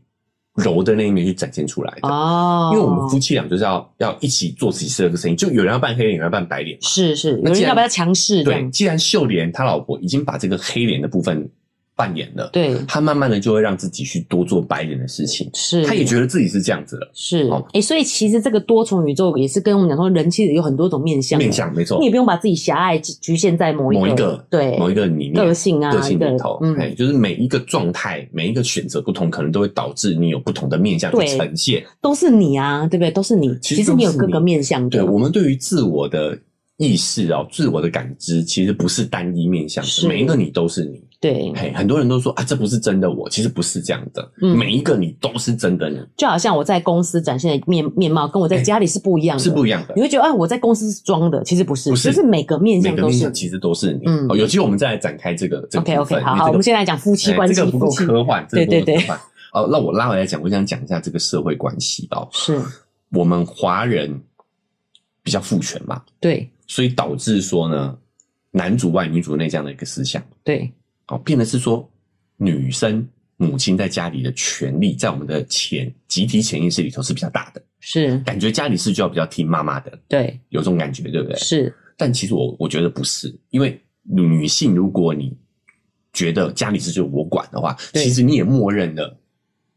S2: 柔的那一面去展现出来的。
S1: 哦，
S2: 因为我们夫妻俩就是要要一起做自己这个生意，就有人要扮黑脸，有人要扮白脸嘛。
S1: 是是，有
S2: 那
S1: 人
S2: 既然
S1: 要不要强势这
S2: 对，
S1: 样？
S2: 既然秀莲她老婆已经把这个黑脸的部分扮演了，
S1: 对，
S2: 他慢慢的就会让自己去多做白脸的事情，
S1: 是，
S2: 他也觉得自己是这样子了，
S1: 是，哎
S2: 好、
S1: 所以其实这个多重宇宙也是跟我们讲说，人其实有很多种面相，
S2: 面，相没错
S1: 你，也不用把自己狭隘只局限在某一
S2: 某一个
S1: 对
S2: 某一个里面
S1: 个性啊，
S2: 个性
S1: 一个
S2: 里头，哎、
S1: 嗯，
S2: 就是每一个状态，每一个选择不同，可能都会导致你有不同的面向
S1: 对
S2: 去呈现。
S1: 都是你啊，对不对？都是你，
S2: 其
S1: 其
S2: 实
S1: 实你有
S2: 都是
S1: 各
S2: 你
S1: 个面相的，
S2: 对我们对于自我的意识哦，自我的感知，其实不是单一面向
S1: 是
S2: 的，每一个你都是你。
S1: 对，
S2: 嘿，很多人都说啊，这不是真的我，其实不是这样的，
S1: 嗯
S2: 每一个你都是真的你，
S1: 就好像我在公司展现的面面貌，跟我在
S2: 哎
S1: 家里是不一样的，
S2: 是不一样的
S1: 你。会觉得，哎，我在公司是装的，其实不是，
S2: 不是
S1: 就是每个面
S2: 每
S1: 相
S2: 个
S1: 都
S2: 面
S1: 是
S2: 向。其实都是你。
S1: 嗯
S2: 哦，有机会我们再来展开这个这个
S1: OK
S2: 部分
S1: OK，好
S2: 因为这
S1: 好，
S2: 个
S1: 我们现在讲夫妻
S2: 哎
S1: 关系，
S2: 这个不
S1: 夫
S2: 够
S1: 妻
S2: 科幻，这个不
S1: 对
S2: 够
S1: 对对
S2: 科幻。哦，那我拉回来讲，我想讲一下这个社会关系哦。
S1: 是
S2: 我们华人比较父权嘛，
S1: 对
S2: 所以导致说呢，男主外女主内这样的一个思想，
S1: 对
S2: 哦，变得是说女生母亲在家里的权利，在我们的潜集体潜意识里头是比较大的，
S1: 是，
S2: 感觉家里是就要比较听妈妈的，
S1: 对
S2: 有这种感觉，对不对？
S1: 是
S2: 但其实我我觉得不是，因为女性如果你觉得家里事就我管的话，
S1: 对
S2: 其实你也默认了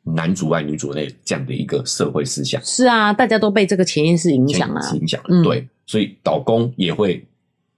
S2: 男主外女主内这样的一个社会思想
S1: 是啊，大家都被这个潜意识影响啊，
S2: 影响了、
S1: 嗯
S2: 对，所以老公也会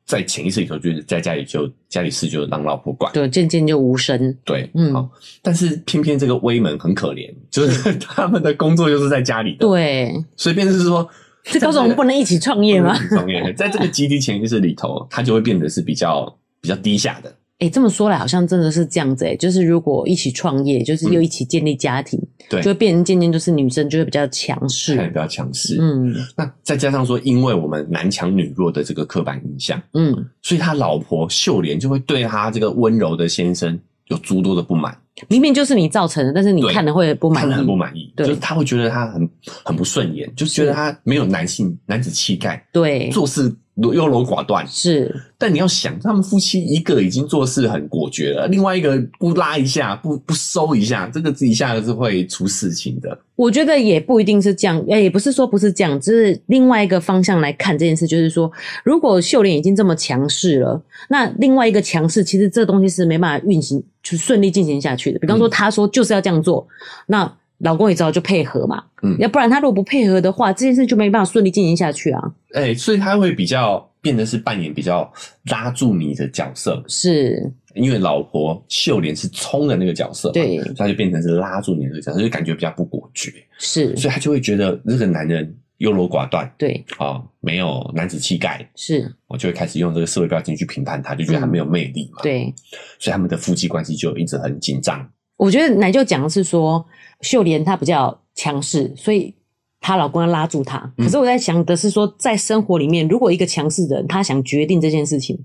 S2: 在潜意识里头就是在家里就家里事就让老婆管，
S1: 对，渐渐就无声，
S2: 对，
S1: 嗯
S2: 好。但是偏偏这个威门很可怜， 就是他们的工作就是在家里的，，
S1: 对，
S2: 随便就是说。
S1: 这告诉我们不能一起创业吗？
S2: 同意在这个集体潜意识里头，他就会变得是比较比较低下的，
S1: 哎、这么说来，好像真的是这样子哎、就是如果一起创业，就是又一起建立家庭，
S2: 嗯对
S1: 就会变成渐渐就是女生就会比较强
S2: 看
S1: 势
S2: 比，较强势。
S1: 嗯
S2: 那再加上说，因为我们男强女弱的这个刻板印象，
S1: 嗯，
S2: 所以他老婆秀莲就会对他这个温柔的先生有诸多的不满，
S1: 明明就是你造成的，但是你
S2: 对
S1: 看了会不满
S2: 看得
S1: 意
S2: 很，不满意，
S1: 对
S2: 就是他会觉得他很很不顺眼，就觉得他没有男性男子气概，
S1: 对，
S2: 做事优柔寡断。
S1: 是
S2: 但你要想，他们夫妻一个已经做事很果决了，另外一个不拉一下，不不收一下，这个一下子是会出事情的。
S1: 我觉得也不一定是这样，哎，也不是说不是这样，只是另外一个方向来看这件事，就是说，如果秀莲已经这么强势了，那另外一个强势，其实这东西是没办法运行，就顺利进行下去的。比方说，
S2: 嗯
S1: 她说就是要这样做，那老公也只好就配合嘛，
S2: 嗯
S1: 要不然他如果不配合的话，这件事就没办法顺利进行下去啊。
S2: 哎、所以他会比较变得是扮演比较拉住你的角色，
S1: 是，
S2: 因为老婆秀莲是冲的那个角色嘛，
S1: 对
S2: 所以他就变成是拉住你的那个角色，就感觉比较不果决，
S1: 是，
S2: 所以他就会觉得这个男人优柔寡断
S1: 对，
S2: 啊、没有男子气概，
S1: 是，
S2: 我就会开始用这个社会标签去评判他，就觉得他没有魅力嘛，，
S1: 对。
S2: 所以他们的夫妻关系就一直很紧张。
S1: 我觉得奶就讲的是说，秀莲她比较强势，所以她老公要拉住她。
S2: 嗯
S1: 可是我在想的是说，在生活里面，如果一个强势的人她想决定这件事情，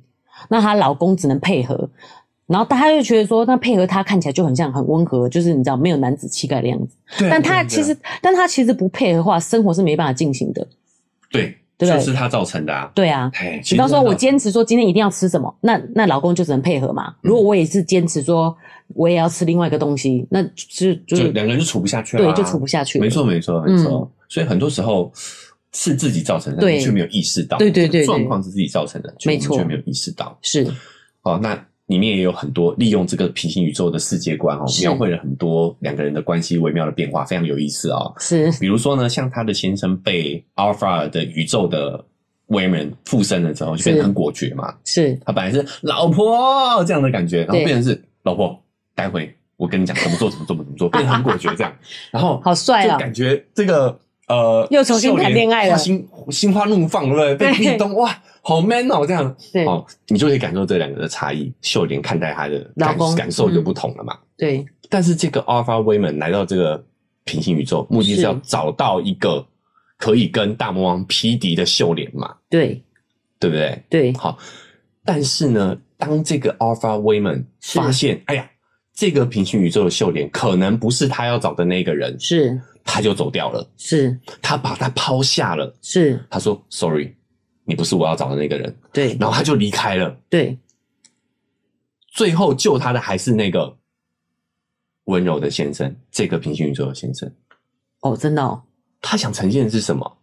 S1: 那她老公只能配合，然后大家就觉得说，那配合她看起来就很像很温和，就是你知道没有男子气概的样子。
S2: 对
S1: 但她其实，但她其实不配合的话，生活是没办法进行的。
S2: 对，
S1: 对
S2: 这是他造成的啊。
S1: 对啊，
S2: 哎，其
S1: 比
S2: 实
S1: 方说，
S2: 他
S1: 我坚持说今天一定要吃什么，那那老公就只能配合嘛。
S2: 嗯
S1: 如果我也是坚持说我也要吃另外一个东西，那就是就
S2: 就是两个人就处不下去了、
S1: 嗯
S2: 啊
S1: 对，就处不下去。嗯
S2: 没，错，没错，没错。所以很多时候是自己造成的，
S1: 对
S2: 你却没有意识到。
S1: 对对对对
S2: 状况是自己造成的，
S1: 没错
S2: 你却没有意识到。
S1: 是
S2: 哦，那里面也有很多利用这个平行宇宙的世界观哦，
S1: 是
S2: 描绘了很多两个人的关系微妙的变化，非常有意思哦。
S1: 是
S2: 比如说呢，像他的先生被阿尔法的宇宙的威门附身了之后，就变得
S1: 是
S2: 很果决嘛。
S1: 是，
S2: 他本来是老婆哦这样的感觉，然后
S1: 对
S2: 变成是老婆，待会我跟你讲怎么做，怎么做，怎么做，变得很果决 这样，然后
S1: 好帅
S2: 就
S1: 啊！
S2: 感觉这个呃，
S1: 又重新谈恋爱了
S2: 秀莲花心心花怒放，对不对？被
S1: 对
S2: 壁咚，哇，好 man 哦，这样
S1: 对
S2: 哦，你就可以感受这两个的差异，秀莲看待她的
S1: 老
S2: 感
S1: 公嗯
S2: 感受就不同了嘛。
S1: 对，
S2: 但是这个 Alpha Women 来到这个平行宇宙，目的
S1: 是
S2: 是要找到一个可以跟大魔王匹敌的秀莲嘛，
S1: 对，
S2: 对不对？
S1: 对，
S2: 好，但是呢，当这个 Alpha Women
S1: 是
S2: 发现，哎呀，这个平行宇宙的秀莲可能不是他要找的那个人，
S1: 是
S2: 他就走掉了，
S1: 是
S2: 他把他抛下了。
S1: 是，
S2: 他说：“Sorry，你不是我要找的那个人。
S1: 对”
S2: 然后他就离开了。
S1: 对，
S2: 最后救他的还是那个温柔的先生，这个平行宇宙的先生。
S1: 哦，真的哦，
S2: 他想呈现的是什么？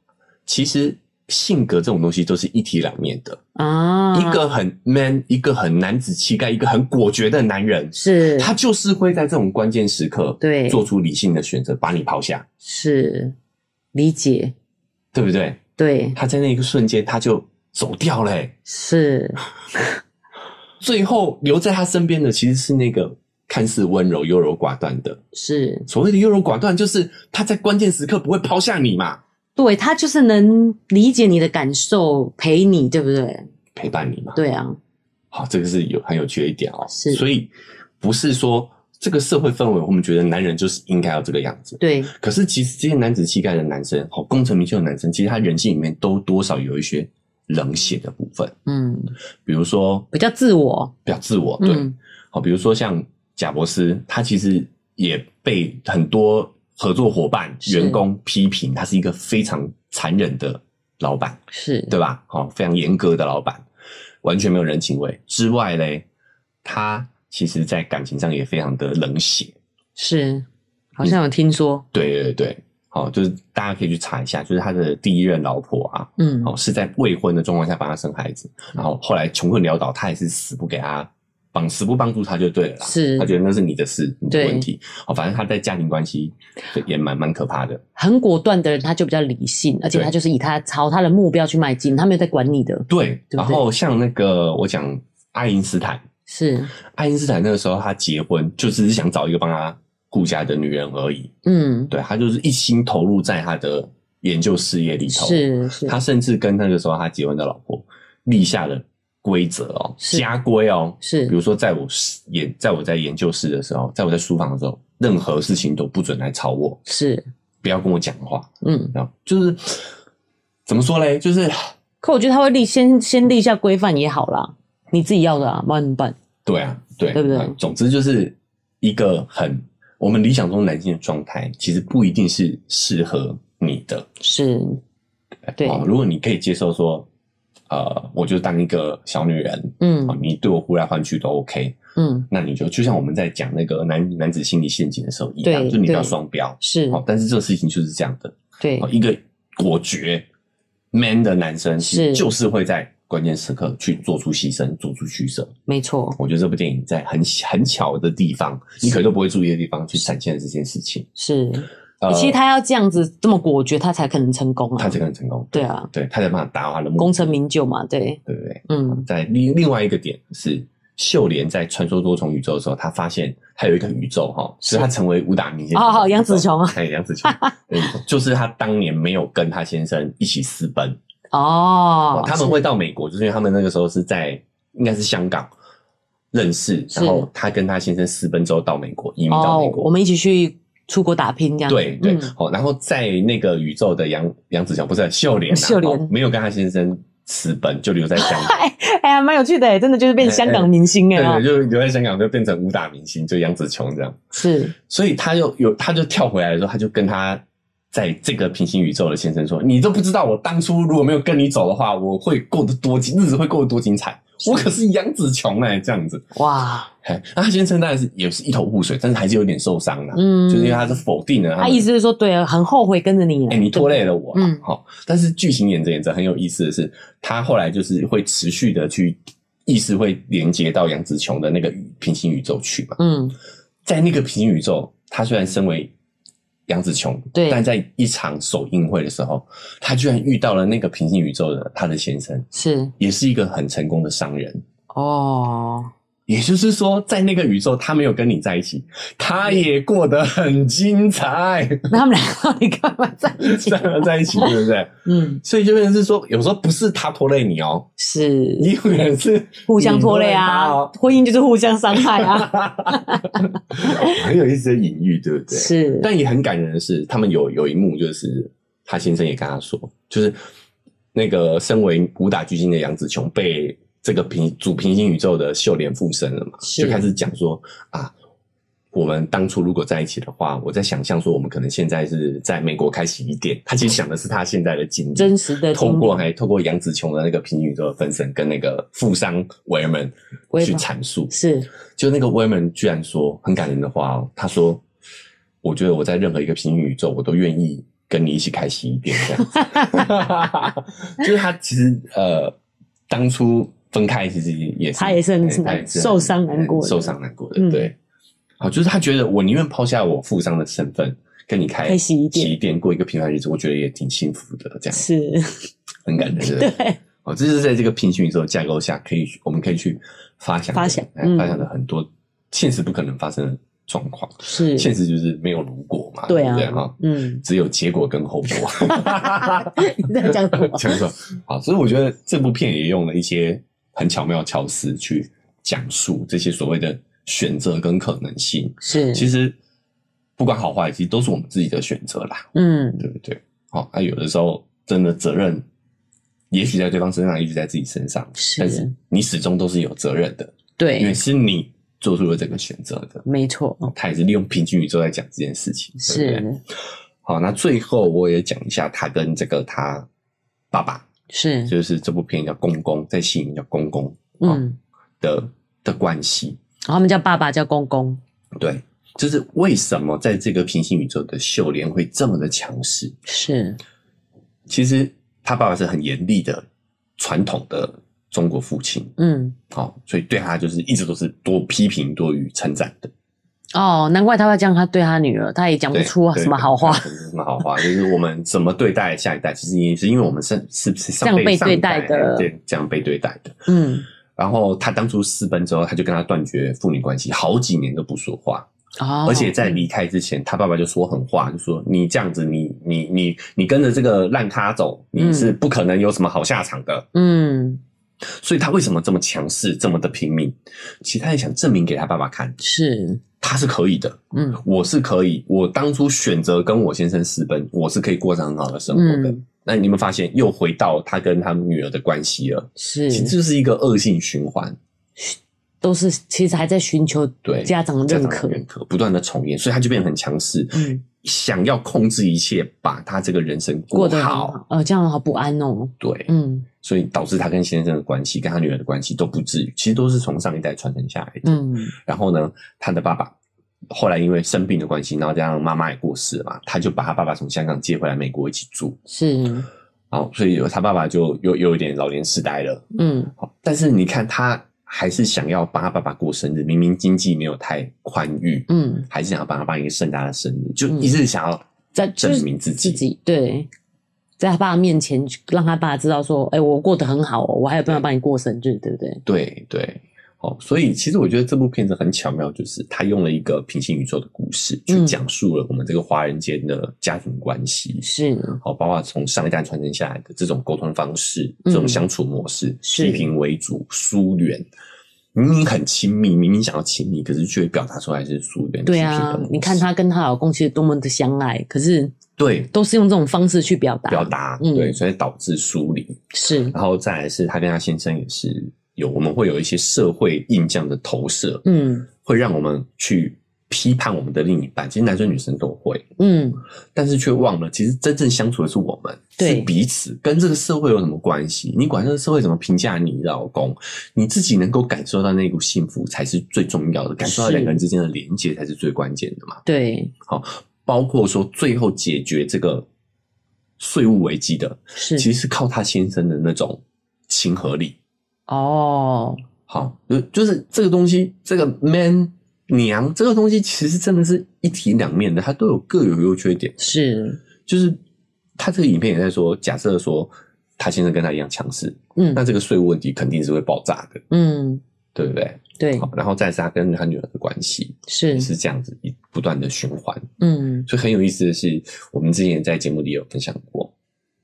S2: 其实性格这种东西都是一体两面的，
S1: 啊，
S2: 一个很 man，一个很男子气概，一个很果决的男人。
S1: 是
S2: 他就是会在这种关键时刻，
S1: 对
S2: 做出理性的选择，把你抛下，
S1: 是理解，
S2: 对不对？
S1: 对，
S2: 他在那一个瞬间，他就走掉了、欸。
S1: 是
S2: 最后留在他身边的其实是那个看似温柔、优柔寡断的。
S1: 是，
S2: 所谓的优柔寡断，就是他在关键时刻不会抛下你嘛，
S1: 对他就是能理解你的感受，陪你，对不对？
S2: 陪伴你嘛。
S1: 对啊，
S2: 好，这个是有很有趣的一点哦。
S1: 是
S2: 所以不是说这个社会氛围，我们觉得男人就是应该要这个样子。
S1: 对，
S2: 可是其实这些男子气概的男生，好功成名就的男生，其实他人性里面都多少有一些冷血的部分，
S1: 嗯，
S2: 比如说
S1: 比较自我，
S2: 比较自我，对，
S1: 嗯，
S2: 好，比如说像贾伯斯，他其实也被很多合作伙伴、
S1: 是
S2: 员工批评，他是一个非常残忍的老板，
S1: 是，
S2: 对吧？好、非常严格的老板，完全没有人情味。之外嘞，他其实在感情上也非常的冷血。
S1: 是，好像有听说，
S2: 对对对，好、就是大家可以去查一下，就是他的第一任老婆啊，
S1: 嗯，
S2: 哦，是在未婚的状况下帮他生孩子，然后后来穷困潦倒，他也是死不给他帮，死不帮助他就对了啦。
S1: 是
S2: 他觉得那是你的事，你的
S1: 对
S2: 问题。哦，反正他在家庭关系就也蛮蛮可怕的。
S1: 很果断的人，他就比较理性，而且
S2: 对
S1: 他就是以他朝他的目标去迈进，他没有在管你的，
S2: 对，
S1: 嗯对
S2: 然后像那个我讲爱因斯坦，
S1: 是，
S2: 爱因斯坦那个时候他结婚就只是想找一个帮他顾家的女人而已。
S1: 嗯，
S2: 对他就是一心投入在他的研究事业里头。，
S1: 是是，
S2: 他甚至跟那个时候他结婚的老婆立下了规则哦，
S1: 是
S2: 家规哦。比
S1: 是
S2: 如说，在我室研，在我在研究室的时候，在我在书房的时候，任何事情都不准来吵我，
S1: 是，
S2: 不要跟我讲话。
S1: 嗯，
S2: 然后就是怎么说嘞？就是
S1: 可我觉得他会立先先立下规范也好啦，你自己要的啊，不然怎么办？
S2: 对啊，对，
S1: 对不对
S2: 啊总之就是一个很我们理想中男性的状态，其实不一定是适合你的。
S1: 是，对
S2: 哦如果你可以接受说，呃，我就当一个小女人，
S1: 嗯
S2: 啊你对我呼来唤去都 OK，
S1: 嗯，
S2: 那你就就像我们在讲那个男男子心理陷阱的时候一样，
S1: 对
S2: 就你不要
S1: 对
S2: 双标。
S1: 是
S2: 好，但是这个事情就是这样的，
S1: 对
S2: 哦，一个果决 man 的男生
S1: 是
S2: 就是会在关键时刻去做出牺牲，做出取舍。
S1: 没错，
S2: 我觉得这部电影在很很巧的地方，你可能都不会注意的地方去展现了这件事情。
S1: 是。
S2: 呃
S1: 其实他要这样子这么果决，他才可能成功
S2: 他
S1: 啊。
S2: 才能成功，
S1: 对啊，
S2: 对，他才办法达到他的目的
S1: 功成，名就嘛，对，
S2: 对不对？
S1: 嗯，
S2: 在另另外一个点是，秀莲在穿梭多重宇宙的时候，她发现还有一个宇宙哈，
S1: 是
S2: 所以她成为武打明星。
S1: 哦好杨紫琼啊
S2: 哎，杨紫 琼，对就是她当年没有跟她先生一起私奔，
S1: 哦
S2: 哦，，他们会到美国，就是因为他们那个时候是在应该是香港认识，然后她跟她先生私奔之后到美国，移民到
S1: 哦
S2: 美，国。
S1: 我们一起去出国打拼这样子，
S2: 对对
S1: 嗯，
S2: 哦，然后在那个宇宙的杨杨子琼不是秀莲啊，
S1: 秀莲
S2: 哦没有跟她先生私奔，就留在香 港。
S1: 哎哎呀，蛮有趣的耶，真的就是变香港明星哎
S2: 对
S1: 啊
S2: 对，，就留在香港就变成武打明星，就杨紫琼这样。
S1: 是
S2: 所以他又有，他就跳回来的时候，他就跟他在这个平行宇宙的先生说：“你都不知道，我当初如果没有跟你走的话，我会过得多精，日子会过得多精彩。我可是杨紫琼哎、这样子。
S1: 哇，
S2: 嘿那他先生当然是也是一头雾水，但是还是有点受伤啦、
S1: 嗯，
S2: 就是因为他是否定了他
S1: 他
S2: 们
S1: 意思是说，对啊，很后悔跟着你了，
S2: 嗯哎、你拖累了我啦，
S1: 嗯
S2: 好、但是剧情演着演着很有意思的是，他后来就是会持续的去意识会连接到杨紫琼的那个宇平行宇宙去嘛。
S1: 嗯，
S2: 在那个平行宇宙，他虽然身为杨紫琼，
S1: 对
S2: 但在一场首映会的时候，他居然遇到了那个平行宇宙的他的先生，
S1: 是
S2: 也是一个很成功的商人。
S1: 哦，
S2: 也就是说，在那个宇宙，他没有跟你在一起，他也过得很精彩，
S1: 那他们俩到底干嘛在一起？
S2: 在在一起，对不对？
S1: 嗯，
S2: 所以就变成是说，有时候不是他拖累你哦，
S1: 是
S2: 你有可能是
S1: 互相拖累
S2: 你拖
S1: 啊
S2: 累，哦
S1: 婚姻就是互相伤害啊，
S2: 他哦，很有意思的隐喻，对不对？
S1: 是，
S2: 但也很感人的是，他们有有一幕就是他先生也跟他说，就是那个身为武打巨星的杨紫琼被这个平主平行宇宙的秀莲附身了嘛，
S1: 是
S2: 就开始讲说啊。我们当初如果在一起的话，我在想象说，我们可能现在是在美国开洗衣店。他其实想的是他现在的经历，
S1: 真实的
S2: 透
S1: 经历
S2: 过还透过杨紫琼的那个平行宇宙的分身跟那个富商维尔们
S1: 维
S2: 去
S1: 尔
S2: 阐述，
S1: 是
S2: 就那个维尔们居然说很感人的话哦，他说：“我觉得我在任何一个平行宇宙，我都愿意跟你一起开洗衣店这样 子。”就是他其实呃，当初分开其实也是
S1: 他也是很
S2: 哎他也是很
S1: 受伤难过的
S2: 很受伤难过的
S1: 嗯
S2: 对。好，就是他觉得我宁愿抛下我富商的身份，跟你开
S1: 开洗衣店
S2: 洗衣店过一个平凡日子，我觉得也挺幸福的，这样
S1: 是，
S2: 很感人。对不对
S1: 对，
S2: 哦，这是在这个平行宇宙架构下，可以去我们可以去发想的
S1: 发想
S2: 哎
S1: 嗯
S2: 发想的很多现实不可能发生的状况。现
S1: 是，
S2: 实就是没有如果嘛，
S1: 对
S2: 不
S1: 啊
S2: 对哈，
S1: 嗯，
S2: 只有结果跟 后果。
S1: 你在讲 什么？
S2: 讲说好，所以我觉得这部片也用了一些很巧妙的巧思去讲述这些所谓的选择跟可能性。
S1: 是，
S2: 其实不管好坏，其实都是我们自己的选择啦。
S1: 嗯，
S2: 对不对？好、那、有的时候真的责任，也许在对方身上，也许在自己身上，
S1: 是
S2: 但是你始终都是有责任的，因为
S1: 对，
S2: 是你做出了这个选择的。
S1: 没错，
S2: 他也是利用平均宇宙在讲这件事情，对不对
S1: 是
S2: 好，那最后我也讲一下他跟这个他爸爸，
S1: 是，
S2: 就是这部片叫公公，在戏里面叫公公
S1: 嗯，
S2: 的的关系。
S1: 他们叫爸爸叫公公，
S2: 对，就是为什么在这个平行宇宙的秀莲会这么的强势？
S1: 是
S2: 其实他爸爸是很严厉的传统的中国父亲，
S1: 嗯，
S2: 哦，所以对他就是一直都是多批评多于称赞的，
S1: 哦，难怪他会这样，他对他女儿，他也讲不
S2: 对
S1: 出啊
S2: 对
S1: 什么好话，
S2: 对什么好话，就是我们怎么对待下一代，其实也是因为我们是是是上
S1: 这样被
S2: 上
S1: 对待的
S2: 对，这样被对待的。
S1: 嗯，
S2: 然后他当初私奔之后，他就跟他断绝父女关系，好几年都不说话，
S1: 哦，
S2: 而且在离开之前，他爸爸就说狠话，就说你这样子，你你你你跟着这个烂咖走，你
S1: 嗯
S2: 是不可能有什么好下场的。
S1: 嗯，
S2: 所以他为什么这么强势，这么的拼命？其实他也想证明给他爸爸看，
S1: 是，
S2: 他是可以的，
S1: 嗯
S2: 我是可以。我当初选择跟我先生私奔，我是可以过上很好的生活的。
S1: 嗯
S2: 那你有没有发现，又回到他跟他女儿的关系了？
S1: 是，
S2: 其实就是一个恶性循环，
S1: 都是其实还在寻求
S2: 对
S1: 家长的
S2: 家
S1: 认
S2: 长的
S1: 可，
S2: 认可不断的重演，所以他就变得很强势。
S1: 嗯，
S2: 想要控制一切，把他这个人生
S1: 过
S2: 过
S1: 得很
S2: 好。
S1: 好，呃，这样好不安哦。
S2: 对，
S1: 嗯
S2: 所以导致他跟先生的关系，跟他女儿的关系都不至于，其实都是从上一代传承下来的。
S1: 嗯
S2: 然后呢，他的爸爸后来因为生病的关系，然后加上妈妈也过世了嘛，他就把他爸爸从香港接回来美国一起住。
S1: 是
S2: 好，所以有他爸爸就又又有点老年痴呆了。
S1: 嗯
S2: 好，但是你看他还是想要帮他爸爸过生日，明明经济没有太宽裕，
S1: 嗯，
S2: 还是想要帮他办一个盛大的生日，就一直想要
S1: 在就
S2: 证
S1: 是
S2: 明自己。
S1: 自己对，在他爸面前让他爸知道说，哎、我过得很好、哦，我还有办法帮你过生日，对不对？
S2: 对对，哦，所以其实我觉得这部片子很巧妙，就是他用了一个平行宇宙的故事，去
S1: 嗯
S2: 讲述了我们这个华人间的家庭关系。
S1: 是
S2: 好，包括从上一代传承下来的这种沟通方式、
S1: 嗯
S2: 这种相处模式，
S1: 是
S2: 批评为主、疏远，明明很亲密，明明想要亲密，可是却表达出来是疏远。
S1: 对
S2: 批评的
S1: 啊
S2: 模式，
S1: 你看她跟她老公其实多么的相爱，可是
S2: 对
S1: 都是用这种方式去表达，
S2: 表达，
S1: 嗯
S2: 对，所以导致疏离。
S1: 是
S2: 然后再来是他跟他先生也是有，我们会有一些社会印象的投射，
S1: 嗯
S2: 会让我们去批判我们的另一半。其实男生女生都会，
S1: 嗯
S2: 但是却忘了，其实真正相处的是我们，
S1: 对
S2: 是彼此，跟这个社会有什么关系？你管这个社会怎么评价你老公，你自己能够感受到那股幸福才是最重要的，感受到
S1: 是
S2: 两个人之间的连接才是最关键的嘛。
S1: 对
S2: 包括说最后解决这个税务危机的，
S1: 是
S2: 其实是靠他先生的那种亲和力。
S1: 哦
S2: 好，就就是这个东西，这个 man 娘这个东西，其实真的是一体两面的，它都有各有优缺点。
S1: 是
S2: 就是他这个影片也在说，假设说他先生跟他一样强势，
S1: 嗯
S2: 那这个税务问题肯定是会爆炸的，
S1: 嗯
S2: 对不对？
S1: 对
S2: 好，然后再来是他跟他女儿的关系
S1: 是
S2: 也是这样子一不断的循环，
S1: 嗯
S2: 所以很有意思的是，我们之前在节目里有分享过，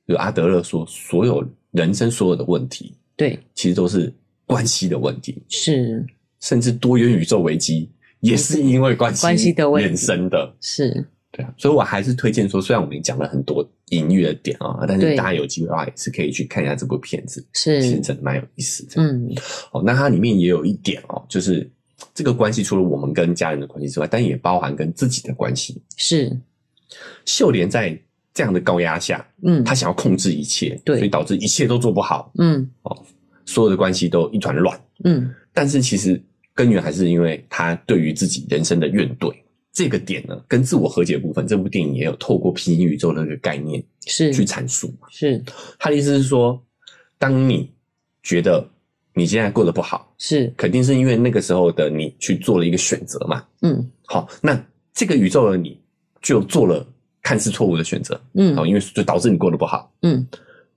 S2: 就阿德勒说，所有人生所有的问题，
S1: 对
S2: 其实都是关系的问题，
S1: 是
S2: 甚至多元宇宙危机也是因为关系
S1: 关系的问题
S2: 衍生的。
S1: 是
S2: 对啊，所以我还是推荐说，虽然我们讲了很多隐喻的点啊，但是
S1: 对
S2: 大家有机会的话也是可以去看一下这部片子，其实
S1: 是
S2: 真的蛮有意思的。
S1: 嗯
S2: 哦，那它里面也有一点哦，就是这个关系除了我们跟家人的关系之外，但也包含跟自己的关系。
S1: 是
S2: 秀莲在这样的高压下，
S1: 嗯
S2: 她想要控制一切，
S1: 对
S2: 所以导致一切都做不好，
S1: 嗯
S2: 所有的关系都一团乱。
S1: 嗯
S2: 但是其实根源还是因为他对于自己人生的怨怼。这个点呢，跟自我和解部分，这部电影也有透过平行宇宙的那个概念
S1: 是
S2: 去阐述。
S1: 是
S2: 他的意思是说，当你觉得你现在过得不好，
S1: 是
S2: 肯定是因为那个时候的你去做了一个选择嘛。
S1: 嗯
S2: 好，那这个宇宙的你就做了看似错误的选择，好，
S1: 嗯
S2: 因为就导致你过得不好。
S1: 嗯，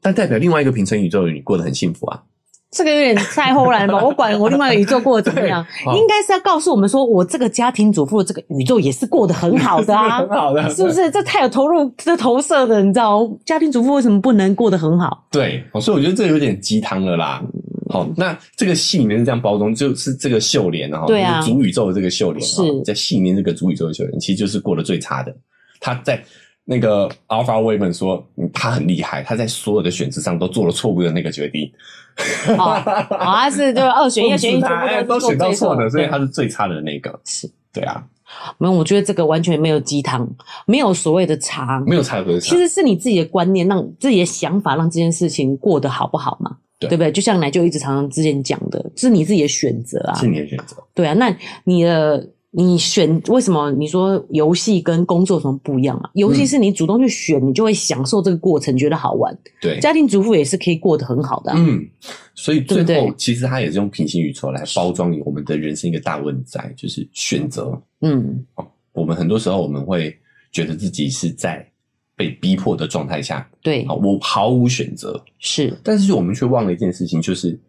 S2: 但代表另外一个平行宇宙的你过得很幸福啊。
S1: 这个有点太后然了吧？我管我另外一个宇宙过得怎么样
S2: 对好，
S1: 应该是要告诉我们说，我这个家庭主妇的这个宇宙也是过得很好的啊
S2: 很，好的，
S1: 是不是？这太有投入、这投射的，你知道，家庭主妇为什么不能过得很好？
S2: 对，哦所以我觉得这有点鸡汤了啦。
S1: 嗯
S2: 好，那这个戏里面是这样包装，就是这个秀莲哈，
S1: 对啊
S2: 就是主宇宙的这个秀莲哈
S1: 是，
S2: 在戏里面这个主宇宙的秀莲，其实就是过得最差的。他在那个 Alpha w a m a n 说，嗯他很厉害，他在所有的选择上都做了错误的那个决定，
S1: 哦，啊，是就是二选一、二选一，
S2: 他哎
S1: 全部
S2: 都选到错的，所以
S1: 他
S2: 他是最差的那个。
S1: 是
S2: 对啊，
S1: 没有，我觉得这个完全没有鸡汤，没有所谓的差，
S2: 没有差不多差
S1: 其。实是你自己的观念，让自己的想法，让这件事情过得好不好嘛？
S2: 对
S1: 不对？就像奶就一直常常之前讲的，是你自己的选择啊
S2: 是，你的选择，
S1: 对啊。那你的你选为什么？你说游戏跟工作有什么不一样啊？游戏
S2: 嗯
S1: 是你主动去选，你就会享受这个过程，觉得好玩。
S2: 对，
S1: 家庭主妇也是可以过得很好的啊、
S2: 嗯，所以
S1: 对
S2: 最
S1: 不对
S2: 后其实他也是用平行宇宙来包装我们的人生一个大问在，就是选择。
S1: 嗯，
S2: 我们很多时候我们会觉得自己是在被逼迫的状态下，
S1: 对
S2: 啊，，我毫无选择。
S1: 是
S2: 但是我们却忘了一件事情，就是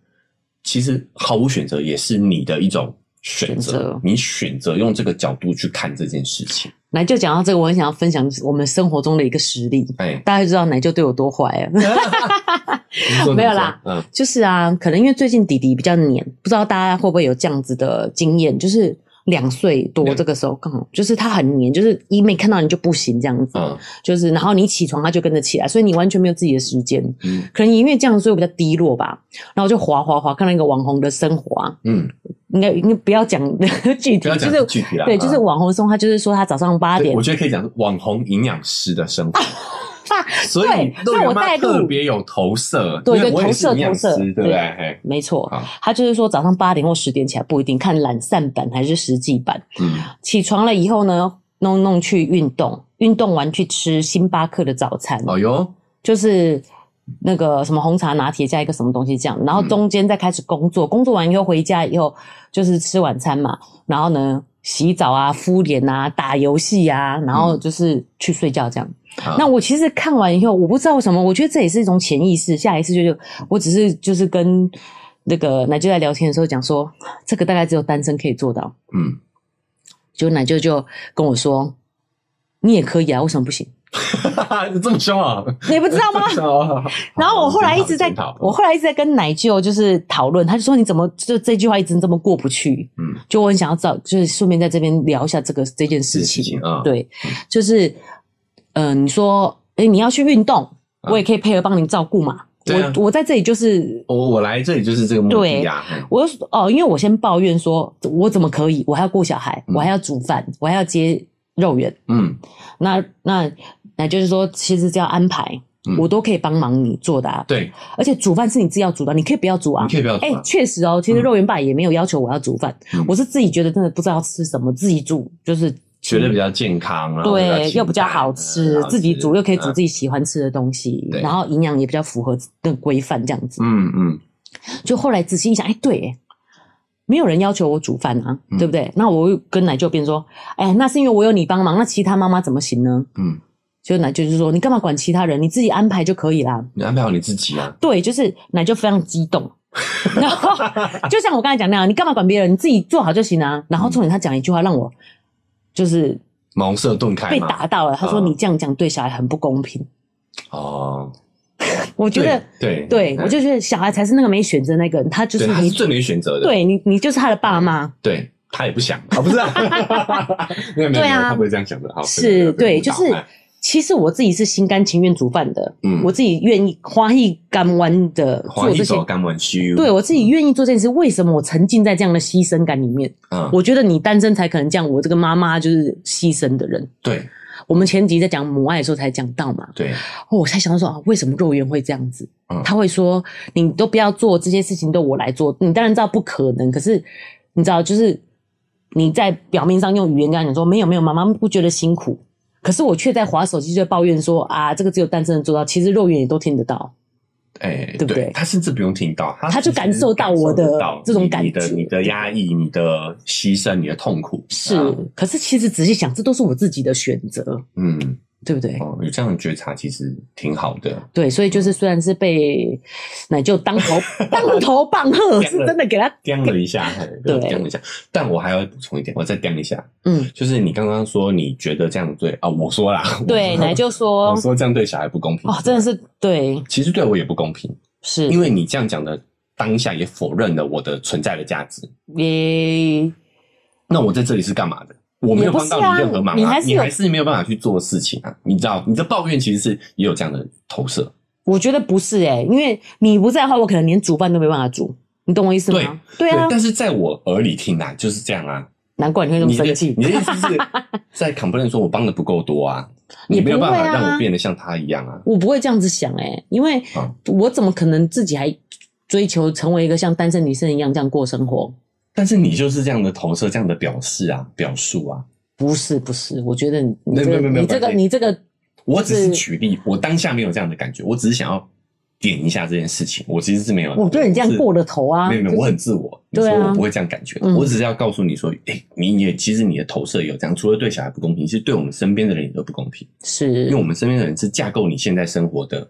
S2: 其实毫无选择也是你的一种选择，
S1: 选择
S2: 你选择用这个角度去看这件事情。
S1: 奶就讲到这个，我很想要分享我们生活中的一个实例。
S2: 哎，
S1: 大家就知道奶就对我多坏啊。
S2: 你说
S1: 没有啦，
S2: 你说嗯，
S1: 就是啊，可能因为最近弟弟比较黏，不知道大家会不会有这样子的经验，就是两岁多，
S2: 两
S1: 这个时候刚好就是他很黏，就是一没看到你就不行这样子，
S2: 嗯
S1: 就是然后你起床他就跟着起来，所以你完全没有自己的时间。
S2: 嗯
S1: 可能因为这样，所以我比较低落吧。然后就滑滑滑，看到一个网红的生活啊，
S2: 嗯，
S1: 应该应该不要讲 具
S2: 不
S1: 体，
S2: 要
S1: 就
S2: 讲
S1: 是
S2: 具体啦，
S1: 对，就是
S2: 嗯
S1: 网红松，他就是说他早上八
S2: 对
S1: 点
S2: 我觉得可以讲网红营养师的生活。
S1: 啊，
S2: 所以
S1: 对
S2: 肉
S1: 所以
S2: 圆
S1: 我
S2: 妈
S1: 带路
S2: 特别有投射，
S1: 对
S2: 因为
S1: 对
S2: 我也是
S1: 投射
S2: 营养师
S1: 投射
S2: 对不对？
S1: 对
S2: 哎
S1: 没错
S2: 好，
S1: 他就是说早上八点或十点起来不一定，看懒散版还是实际版。
S2: 嗯
S1: 起床了以后呢，弄弄去运动，运动完去吃星巴克的早餐，
S2: 哦哟，
S1: 就是那个什么红茶拿铁加一个什么东西这样，然后中间再开始工作，工作完以后回家以后就是吃晚餐嘛，然后呢洗澡啊、敷脸啊、打游戏啊，然后就是去睡觉这样。
S2: 好
S1: 那我其实看完以后，我不知道为什么，我觉得这也是一种潜意识。下一次就是，我只是就是跟那个奶舅在聊天的时候讲说，这个大概只有单身可以做到。
S2: 嗯，
S1: 就奶舅就跟我说，你也可以啊，为什么不行？
S2: 这么 凶啊？
S1: 你不知道吗？
S2: 这么凶啊
S1: 然后我后来一直在
S2: 检讨，
S1: 我后来一直在跟奶舅就是讨论，他就说你怎么就这句话一直这么过不去？
S2: 嗯
S1: 就我很想要找，就是顺便在这边聊一下这个这件事情。
S2: 这件事情啊
S1: 对，就是，呃，你说，哎、你要去运动，
S2: 嗯
S1: 我也可以配合帮你照顾嘛。
S2: 对啊
S1: 我我在这里就是，
S2: 我我来这里就是这个目的呀，嗯
S1: 我就哦，因为我先抱怨说，我怎么可以？我还要顾小孩，
S2: 嗯
S1: 我还要煮饭，我还要接肉圆。
S2: 嗯
S1: 那那那就是说，其实只要安排，
S2: 嗯
S1: 我都可以帮忙你做的、啊。
S2: 对，
S1: 而且煮饭是你自己要煮的，你可以不要煮啊
S2: 你。可以不要
S1: 哎、
S2: 管，
S1: 确实哦，其实肉圆爸也没有要求我要煮饭，
S2: 嗯
S1: 我是自己觉得真的不知道吃什么，自己煮就是
S2: 觉得比较健康，然后
S1: 对，又比较
S2: 清淡啊
S1: 好吃，自己煮又可以煮自，己喜欢吃的东西，
S2: 嗯对
S1: 然后营养也比较符合的规范，这样子。
S2: 嗯嗯
S1: 就后来仔细一想，哎，对耶，没有人要求我煮饭啊，
S2: 嗯
S1: 对不对？那我又跟奶舅辩说，哎，那是因为我有你帮忙，那其他妈妈怎么行呢？
S2: 嗯，
S1: 就奶舅就说，你干嘛管其他人，你自己安排就可以啦。
S2: 你安排好你自己啊，
S1: 对，就是奶舅非常激动。然后就像我刚才讲那样，你干嘛管别人？你自己做好就行啊。然后重点他讲一句话让我就是
S2: 茅塞顿开
S1: 被
S2: 嘛
S1: 打到了。他说
S2: 嗯
S1: 你这样讲对小孩很不公平。
S2: 哦，
S1: 我觉得，
S2: 对
S1: 对
S2: 嗯
S1: 我就觉得小孩才是那个没选择那个人，他就
S2: 对
S1: 是
S2: 他
S1: 你
S2: 是最嗯没选择的，
S1: 对你，你就是他的爸妈。
S2: 对他也不想啊，不 是、啊，没有没
S1: 对
S2: 有，没有
S1: 啊
S2: 他不会这样想的，好，
S1: 是对，就是
S2: 误导哎
S1: 其实我自己是心甘情愿煮饭的，
S2: 嗯
S1: 我自己愿意花一干弯的
S2: 花
S1: 做
S2: 一
S1: 这些
S2: 手。干完须，
S1: 对我自己愿意做这件事，为什么我沉浸在这样的牺牲感里面？
S2: 嗯，
S1: 我觉得你单身才可能这样，我这个妈妈就是牺牲的人。
S2: 对
S1: 我们前集在讲母爱的时候才讲到嘛，
S2: 对，
S1: 哦，我才想到说啊，为什么肉圆会这样子？
S2: 嗯
S1: 他会说你都不要做这些事情，都我来做。你当然知道不可能，可是你知道，就是你在表面上用语言跟他讲说没有没有，妈妈不觉得辛苦，可是我却在划手机就在抱怨说啊，这个只有单身人做到，其实肉圆也都听得到。
S2: 哎，
S1: 对不对
S2: 他甚至不用听到，他
S1: 他就
S2: 只是
S1: 感受到
S2: 感
S1: 我的
S2: 得到
S1: 这种
S2: 你
S1: 感
S2: 你的
S1: 觉
S2: 你的压抑，你的牺牲，你的痛苦，
S1: 是，
S2: 啊
S1: 可是其实仔细想，这都是我自己的选择，
S2: 嗯，
S1: 对不对？
S2: 哦，有这样的觉察其实挺好的，
S1: 对，所以
S2: 嗯
S1: 就是虽然是被奶舅当 头当头棒喝，是真的给他
S2: 掂了一下，嘿
S1: 对
S2: 掂了一下，但我还要补充一点，我再掂一下，
S1: 嗯，
S2: 就是你刚刚说你觉得这样对啊，我说啦，我
S1: 对
S2: 说
S1: 奶舅说
S2: 我说这样对小孩不公平
S1: 哦，真的，是对，
S2: 其实对我也不公平，
S1: 是
S2: 因为你这样讲的当下也否认了我的存在的价值。
S1: 也
S2: 那我在这里是干嘛的？我没有帮到
S1: 也不是啊
S2: 你任何忙、
S1: 你还是有
S2: 你还是没有办法去做事情啊！你知道，你的抱怨其实是也有这样的投射。
S1: 我觉得不是哎、因为你不在的话，我可能连煮饭都没办法煮，你懂我意思吗？对啊，
S2: 但是在我耳里听来就是这样啊。
S1: 难怪你会那么
S2: 你的
S1: 生气
S2: 你。的意思是在 complain 说我帮的不够多 啊，你
S1: 也
S2: 没有
S1: 不会
S2: 办
S1: 啊
S2: 法让我变得像他一样啊。
S1: 我不会这样子想哎、因为
S2: 啊
S1: 我怎么可能自己还追求成为一个像单身女生一样这样过生活？
S2: 但是你就是这样的投射，这样的表示啊，表述啊。
S1: 不是不是，我觉得你你
S2: 没有
S1: 这
S2: 没有没
S1: 个
S2: 有没有
S1: 你这个
S2: 没有
S1: 你这个
S2: 我只是
S1: 是
S2: 举例，我当下没有这样的感觉，我只是想要点一下这件事情。我其实是没有，
S1: 我觉得你这样
S2: 是
S1: 过了头啊
S2: 没有没有，
S1: 就是
S2: 我很自我。你
S1: 对
S2: 说
S1: 啊
S2: 我不会这样感觉的，
S1: 嗯
S2: 我只是要告诉你说，哎、你也其实你的投射有这样，除了对小孩不公平，其实对我们身边的人也都不公平，因为
S1: 是
S2: 我们身边的人是架构你现在生活的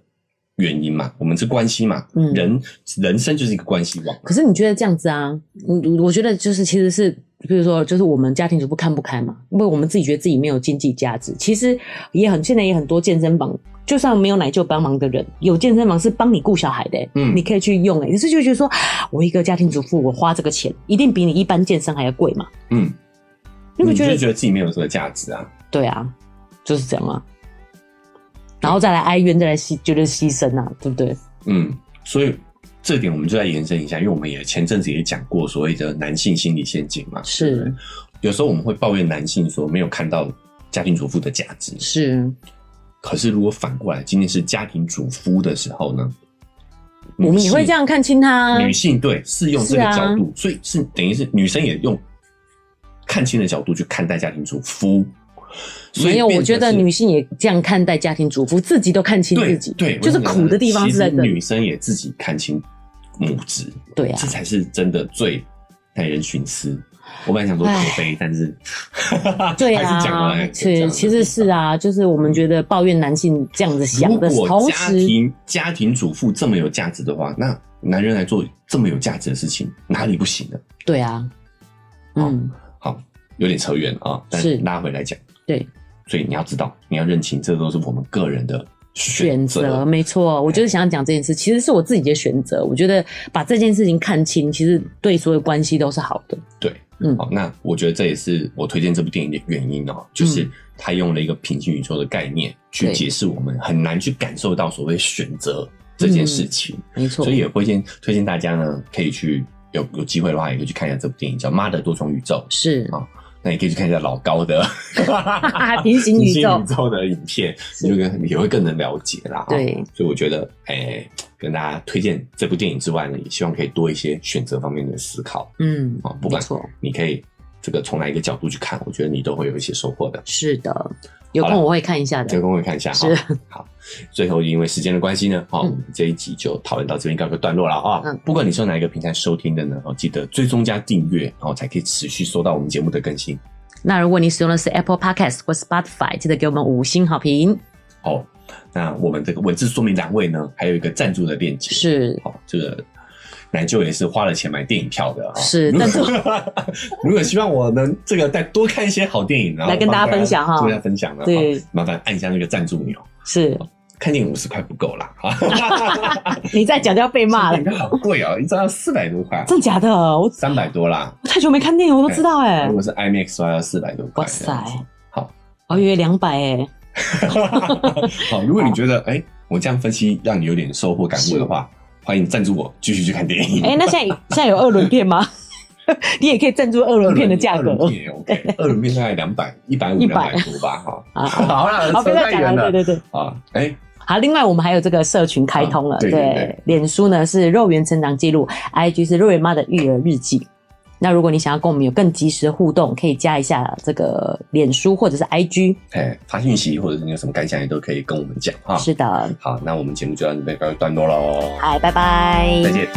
S2: 原因嘛，我们是关系嘛，
S1: 嗯
S2: 人人生就是一个关系网。
S1: 可是你觉得这样子啊？嗯，我觉得就是其实是，比如说，就是我们家庭主妇看不开嘛，因为我们自己觉得自己没有经济价值。其实也很现在也很多健身房，就算没有奶舅帮忙的人，有健身房是帮你顾小孩的、
S2: 嗯
S1: 你可以去用哎、欸。可是就觉得说，我一个家庭主妇，我花这个钱一定比你一般健身还要贵嘛？
S2: 嗯，
S1: 因为
S2: 你
S1: 觉
S2: 就
S1: 得
S2: 觉得自己没有这个价值啊。
S1: 对啊，就是这样啊，然后再来哀怨，再来牺，觉得牺牲啊，对不对？
S2: 嗯，所以这点我们就来延伸一下，因为我们也前阵子也讲过所谓的男性心理陷阱嘛。
S1: 是
S2: 对不对有时候我们会抱怨男性说没有看到家庭主妇的价值，
S1: 是
S2: 可是如果反过来今天是家庭主夫的时候呢，
S1: 我们也会
S2: 女性
S1: 这样看清他啊，
S2: 女性对是用这个
S1: 是啊
S2: 角度，所以是等于是女生也用看清的角度去看待家庭主夫。所以
S1: 没有，我
S2: 变成
S1: 觉得
S2: 是
S1: 女性也这样看待家庭主妇，自己都看清
S2: 对
S1: 自己，
S2: 对，
S1: 就是
S2: 我想
S1: 苦的地方
S2: 其
S1: 是
S2: 实
S1: 在这里
S2: 女，生也自己看清母职，
S1: 对啊
S2: 这，才是真的最耐人寻思。我本来想说可悲，但是
S1: 对
S2: 还是讲
S1: 啊
S2: 完了，
S1: 是其实是。啊，就是我们觉得抱怨男性这样子
S2: 如
S1: 想的
S2: 果
S1: 同
S2: 家
S1: 时，
S2: 庭家庭主妇这么有价值的话，那男人来做这么有价值的事情，哪里不行呢？
S1: 对啊，
S2: 哦
S1: 嗯，
S2: 好，有点扯远了啊，但
S1: 是
S2: 拉回来讲，
S1: 对，
S2: 所以你要知道，你要认清，这都是我们个人的
S1: 选择
S2: 择。
S1: 没错，我就是想要讲这件事，其实是我自己的选择，我觉得把这件事情看清，其实对所有关系都是好的，
S2: 对，
S1: 嗯
S2: 好，那我觉得这也是我推荐这部电影的原因哦，就是他用了一个平行宇宙的概念去
S1: 对
S2: 解释我们很难去感受到所谓选择这件事情，
S1: 没错
S2: 所，以也推荐推荐大家呢可以去有有机会的话，也可以去看一下这部电影叫《妈的多重宇宙》，
S1: 是
S2: 好那也可以去看一下老 高的
S1: 啊平行宇宙
S2: 平行宇宙的影片，你就跟也会更能了解啦。哦
S1: 对，
S2: 所以我觉得，哎，跟大家推荐这部电影之外呢，也希望可以多一些选择方面的思考。
S1: 嗯
S2: 啊，，不
S1: 没
S2: 管
S1: 错，
S2: 你可以这个从哪一个角度去看，我觉得你都会有一些收获的。
S1: 是的，有
S2: 好
S1: 空
S2: 了
S1: 我会看一下
S2: 这
S1: 的，
S2: 个跟我看一下哈。好，最后因为时间的关系呢，好，
S1: 嗯
S2: 我们这一集就讨论到这边告一个段落了啊。
S1: 嗯
S2: 不管你是用哪一个平台收听的呢，哦，记得追踪加订阅，然后才可以持续收到我们节目的更新。
S1: 那如果你使用的是 Apple Podcast 或 Spotify，记得给我们五星好评，
S2: 哦，那我们这个文字说明栏位呢，还有一个赞助的链接。
S1: 是。
S2: 好，这个奶舅也是花了钱买电影票的啊。
S1: 是
S2: 如果
S1: 但是
S2: 如果希望我能这个再多看一些好电影，然后
S1: 来跟大家分享哈
S2: 跟大家分享呢，
S1: 对
S2: 好，麻烦按一下那个赞助钮。
S1: 是，
S2: 看电影五十块不够啦，哈，
S1: 你再讲就要被骂了
S2: 电影，票好贵哦，一张要四百多块，
S1: 真假的？我
S2: 三百多啦。
S1: 我太久没看电影，我都知道哎、
S2: 如果是 IMAX 的话要四百多块。
S1: 哇塞
S2: 这样子，好，
S1: 我以为两百哎，
S2: 好，如果你觉得哎、我这样分析让你有点收获感悟的话，欢迎赞助我继续去看电影。
S1: 哎，那现在现在有二轮片吗？ 你也可以赞助二轮片的价格
S2: 二轮片 也 OK，二轮片大概两百一百
S1: 100
S2: 五两百多吧，哈。
S1: 啊。
S2: 好啦，
S1: 好，
S2: 扯
S1: 不要
S2: 太
S1: 讲
S2: 远
S1: 了，
S2: 了
S1: 对对对。
S2: 啊！哎，
S1: 好，另外我们还有这个社群开通了，
S2: 啊对对对
S1: 脸书呢是肉圆成长记录，IG 是肉圆妈的育儿日记。那如果你想要跟我们有更及时的互动，可以加一下这个脸书或者是 IG。
S2: 哎，发讯息或者是你有什么感想，也都可以跟我们讲哈。
S1: 是的，
S2: 好，那我们节目就到这边告一段落喽，
S1: 嗨，拜拜，
S2: 再见。